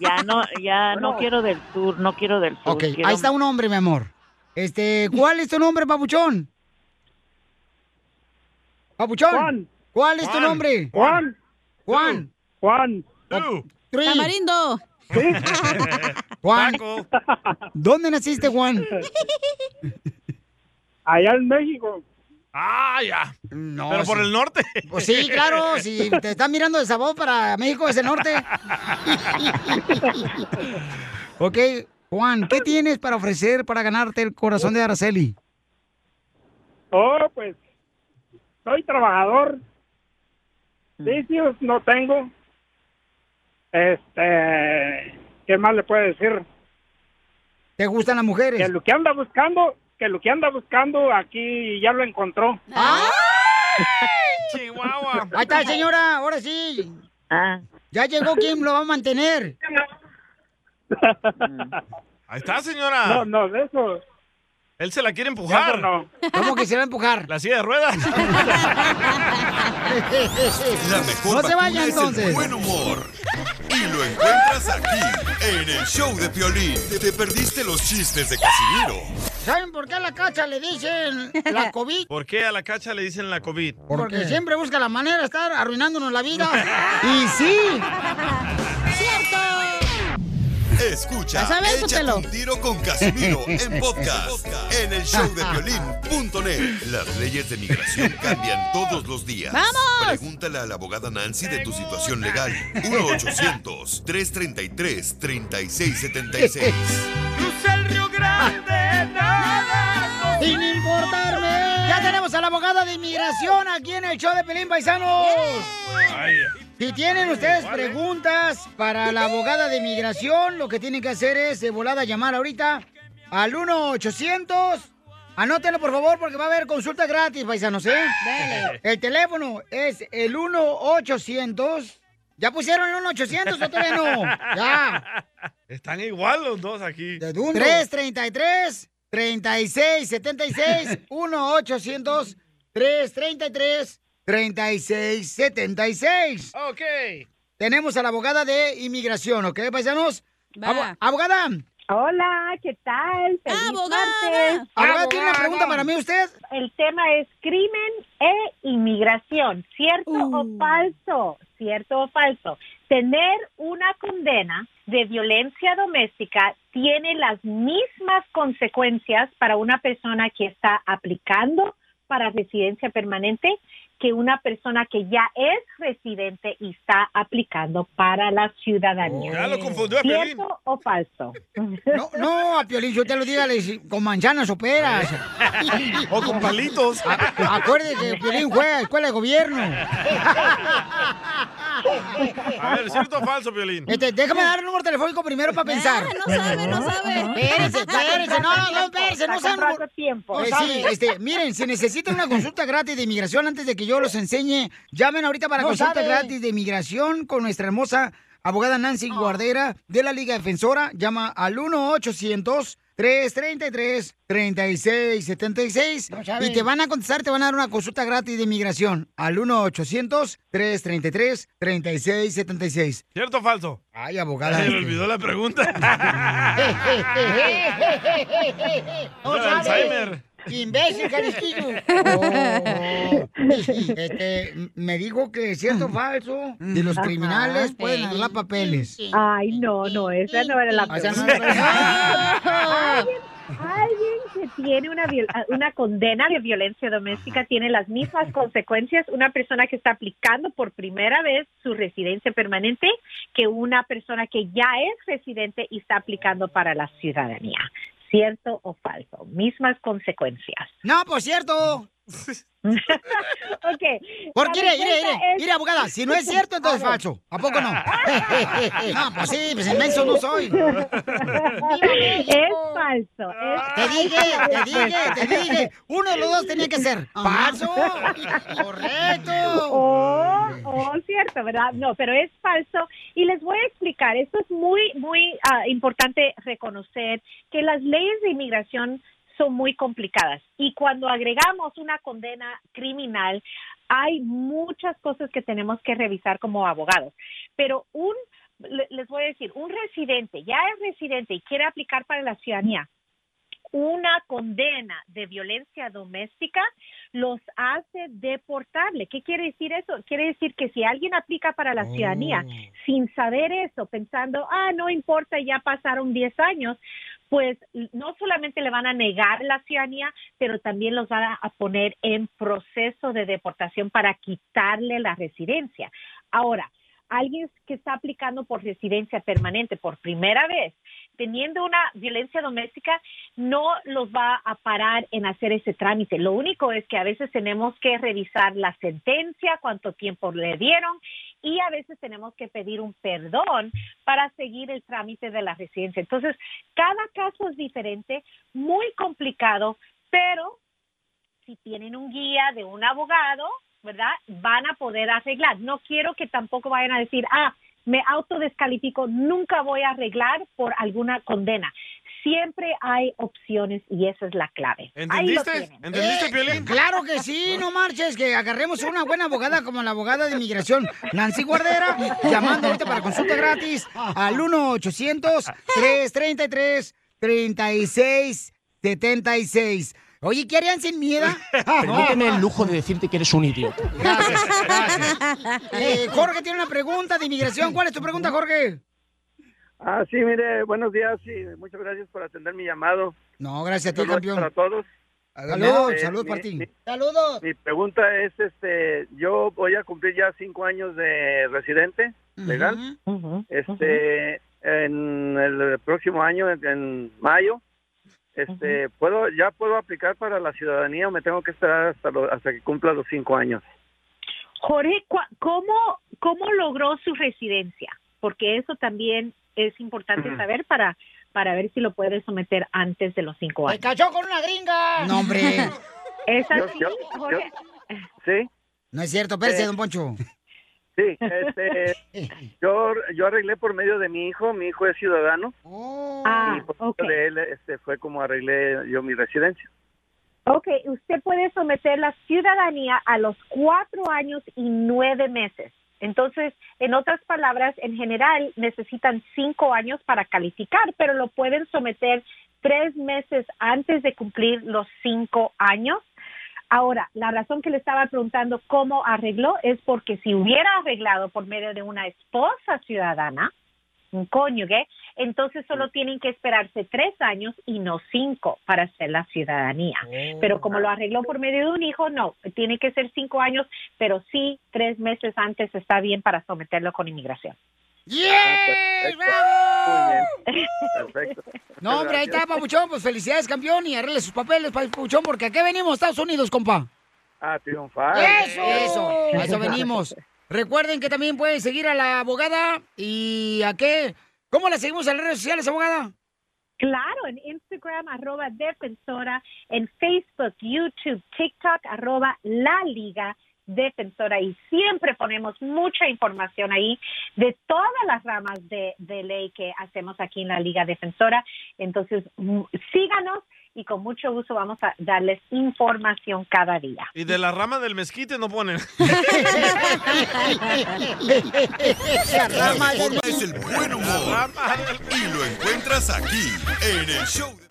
Ya no, ya no Bueno. quiero del sur, no quiero del sur. Ok, quiero- ahí está un hombre, mi amor. Este, ¿cuál es tu nombre, papuchón? Papuchón. Juan. ¿Cuál es tu Juan. nombre? Juan. Juan. Juan. Tamarindo. Juan. ¿Dónde naciste, Juan? allá en México. Ah, ya. Pero por sí. el norte. Pues sí, claro, si te están mirando de sabor para México es el norte. ok, Juan, ¿qué tienes para ofrecer para ganarte el corazón de Araceli? Oh, pues, soy trabajador. Mm. Vicios no tengo. Este, ¿qué más le puedo decir? ¿Te gustan las mujeres? Que lo que anda buscando, que lo que anda buscando aquí ya lo encontró. Chihuahua. Ahí está, señora, ahora sí. Ya llegó, ¿quién lo va a mantener? Ahí está, señora. No, no, de eso. Él se la quiere empujar. ¿Cómo que se va a empujar? La silla de ruedas. La mejor No se vacuna vaya es el entonces. buen humor. Y lo encuentras aquí, en el show de Piolín. Te perdiste los chistes de Casimiro. ¿Saben por qué a la cacha le dicen la COVID? ¿Por qué a la cacha le dicen la COVID? Porque siempre busca la manera de estar arruinándonos la vida. y sí. Escucha, Ya sabes, échate Sotelo. un tiro con Casimiro en podcast en el showdepiolín.net. Las leyes de migración cambian todos los días. ¡Vamos! Pregúntale a la abogada Nancy de tu situación legal. 1-800-333-3676. Sin importarme. Ya tenemos a la abogada de inmigración aquí en el show de Pelín Paisanos. Si tienen ustedes preguntas para la abogada de inmigración, lo que tienen que hacer es de volada llamar ahorita al 1-800. Anótenlo por favor porque va a haber consulta gratis, paisanos, ¿eh? Dale. El teléfono es el 1-800. ¿Ya pusieron el 1-800 o todavía no? Ya. Están igual los dos aquí. 333 36 76 1 800 333 36 76 Ok. Tenemos a la abogada de inmigración, ¿ok, paisanos? Va. Abo- abogada. Hola, ¿qué tal? Feliz martes. Abogada, ¿tiene una pregunta para mí usted? El tema es crimen e inmigración. ¿Cierto o falso? ¿Cierto o falso? Tener una condena de violencia doméstica tiene las mismas consecuencias para una persona que está aplicando para residencia permanente que una persona que ya es residente y está aplicando para la Oh, ciudadanía. Ya lo confundió a Piolín. ¿Cierto o falso? No, no, a Piolín, yo te lo diga, le dice, con manzanas o peras. o con palitos. Acuérdese que Piolín juega a escuela de gobierno. A ver, ¿cierto o falso, Piolín? Este, déjame dar el número telefónico primero para pensar. Ah, no sabe, no sabe. Espérense, espérense, no, no, no, espérense, no Está saben. comprando tiempo. Eh, sí, este, miren, si necesitan una consulta gratis de inmigración antes de que yo los enseñe, llamen ahorita para No consulta sabe. gratis de inmigración con nuestra hermosa abogada Nancy Guardera de la Liga Defensora. Llama al 1-800. 333-3676 No sabe. y te van a contestar, te van a dar una consulta gratis de inmigración al 1-800-333-3676. ¿Cierto o falso? Ay, abogada. Se le olvidó la pregunta. no Era sabe. Alzheimer. Imbécil, Jalisquillo. Oh, Este, m- me dijo que es cierto o falso, de los Ajá. criminales pues, pueden arreglar papeles. Ay, no, no, esa no era la O sea, no pregunta. era- alguien, alguien que tiene una, viol- una condena de violencia doméstica tiene las mismas consecuencias una persona que está aplicando por primera vez su residencia permanente que una persona que ya es residente y está aplicando para la ciudadanía. ¿Cierto o falso? Mismas consecuencias. No, pues, por cierto. ok. Porque, mire, La mire, mire, respuesta es- mire, abogada, si no es cierto, entonces es A ver. falso. ¿A poco no? No, pues sí, pues inmenso no soy. Es falso. es Te dije, falsa te dije, la respuesta. te dije. Uno de los dos tenía que ser falso. Correcto. Oh, oh, cierto, ¿verdad? No, pero es falso. Y les voy a explicar, esto es muy, muy ah, importante reconocer que las leyes de inmigración son muy complicadas. Y cuando agregamos una condena criminal, hay muchas cosas que tenemos que revisar como abogados. Pero un, le- les voy a decir, un residente, ya es residente y quiere aplicar para la ciudadanía, una condena de violencia doméstica los hace deportable. ¿Qué quiere decir eso? Quiere decir que si alguien aplica para la ciudadanía sin saber eso, pensando, ah, no importa, ya pasaron 10 años, pues no solamente le van a negar la ciudadanía, pero también los van a- a poner en proceso de deportación para quitarle la residencia. Ahora, alguien que está aplicando por residencia permanente por primera vez, teniendo una violencia doméstica, no los va a parar en hacer ese trámite. Lo único es que a veces tenemos que revisar la sentencia, cuánto tiempo le dieron y a veces tenemos que pedir un perdón para seguir el trámite de la residencia. Entonces, cada caso es diferente, muy complicado, pero si tienen un guía de un abogado, ¿verdad? Van a poder arreglar. No quiero que tampoco vayan a decir, ah, me autodescalifico, nunca voy a arreglar por alguna condena. Siempre hay opciones y esa es la clave. Ahí lo ¿Entendiste? tienen. ¿Entendiste, Eh, Piolín? Claro que sí, no marches, que agarremos una buena abogada como la abogada de inmigración, Nancy Guardera, llamando ahorita para consulta gratis al 1-800-333-3676. Oye, ¿qué harían sin miedo? Permíteme el lujo de decirte que eres un idiota. Gracias, gracias. Eh, Jorge tiene una pregunta de inmigración. ¿Cuál es tu pregunta, Jorge? Ah, sí, mire, buenos días y muchas gracias por atender mi llamado. No, gracias a ti, Saludos campeón. Para todos. Salud, Eh, salud mi- para ti. mi- Saludos. Mi pregunta es, este, yo voy a cumplir ya cinco años de residente legal. Este, en el próximo año, en, en mayo, este, puedo, ya puedo aplicar para la ciudadanía o me tengo que esperar hasta lo- hasta que cumpla los cinco años. Jorge, cua- ¿cómo, ¿cómo logró su residencia? Porque eso también es importante Ujú. saber para, para ver si lo puede someter antes de los cinco años. cachó con una gringa! No, hombre. Es Yo- así, yo- Jorge. Sí. No es cierto, espérese, Eh, don Poncho. Sí, este, yo, yo arreglé por medio de mi hijo, mi hijo es ciudadano. Oh. Ah, y por medio ok. de él este, fue como arreglé yo mi residencia. Ok, usted puede someter la ciudadanía a los cuatro años y nueve meses. Entonces, en otras palabras, en general necesitan cinco años para calificar, pero lo pueden someter tres meses antes de cumplir los cinco años. Ahora, la razón que le estaba preguntando cómo arregló es porque si hubiera arreglado por medio de una esposa ciudadana, un cónyuge, entonces solo tienen que esperarse tres años y no cinco para hacer la ciudadanía. Pero como lo arregló por medio de un hijo, no, tiene que ser cinco años, pero sí tres meses antes está bien para someterlo con inmigración. Perfecto. No, hombre, ahí está, Papuchón. Pues felicidades, campeón, y arregle sus papeles, Papuchón, porque aquí venimos, Estados Unidos, compa. Ah, triunfar. Eso, eso, a eso venimos. Recuerden que también pueden seguir a la abogada y a qué. ¿Cómo la seguimos en las redes sociales, abogada? Claro, en Instagram, arroba defensora, en Facebook, YouTube, TikTok, arroba la liga defensora y siempre ponemos mucha información ahí de todas las ramas de, de ley que hacemos aquí en la liga defensora. Entonces, mm, síganos y con mucho gusto vamos a darles información cada día. Y de la rama del mezquite no ponen. La mejor es el buen humor. Y lo encuentras aquí, en el show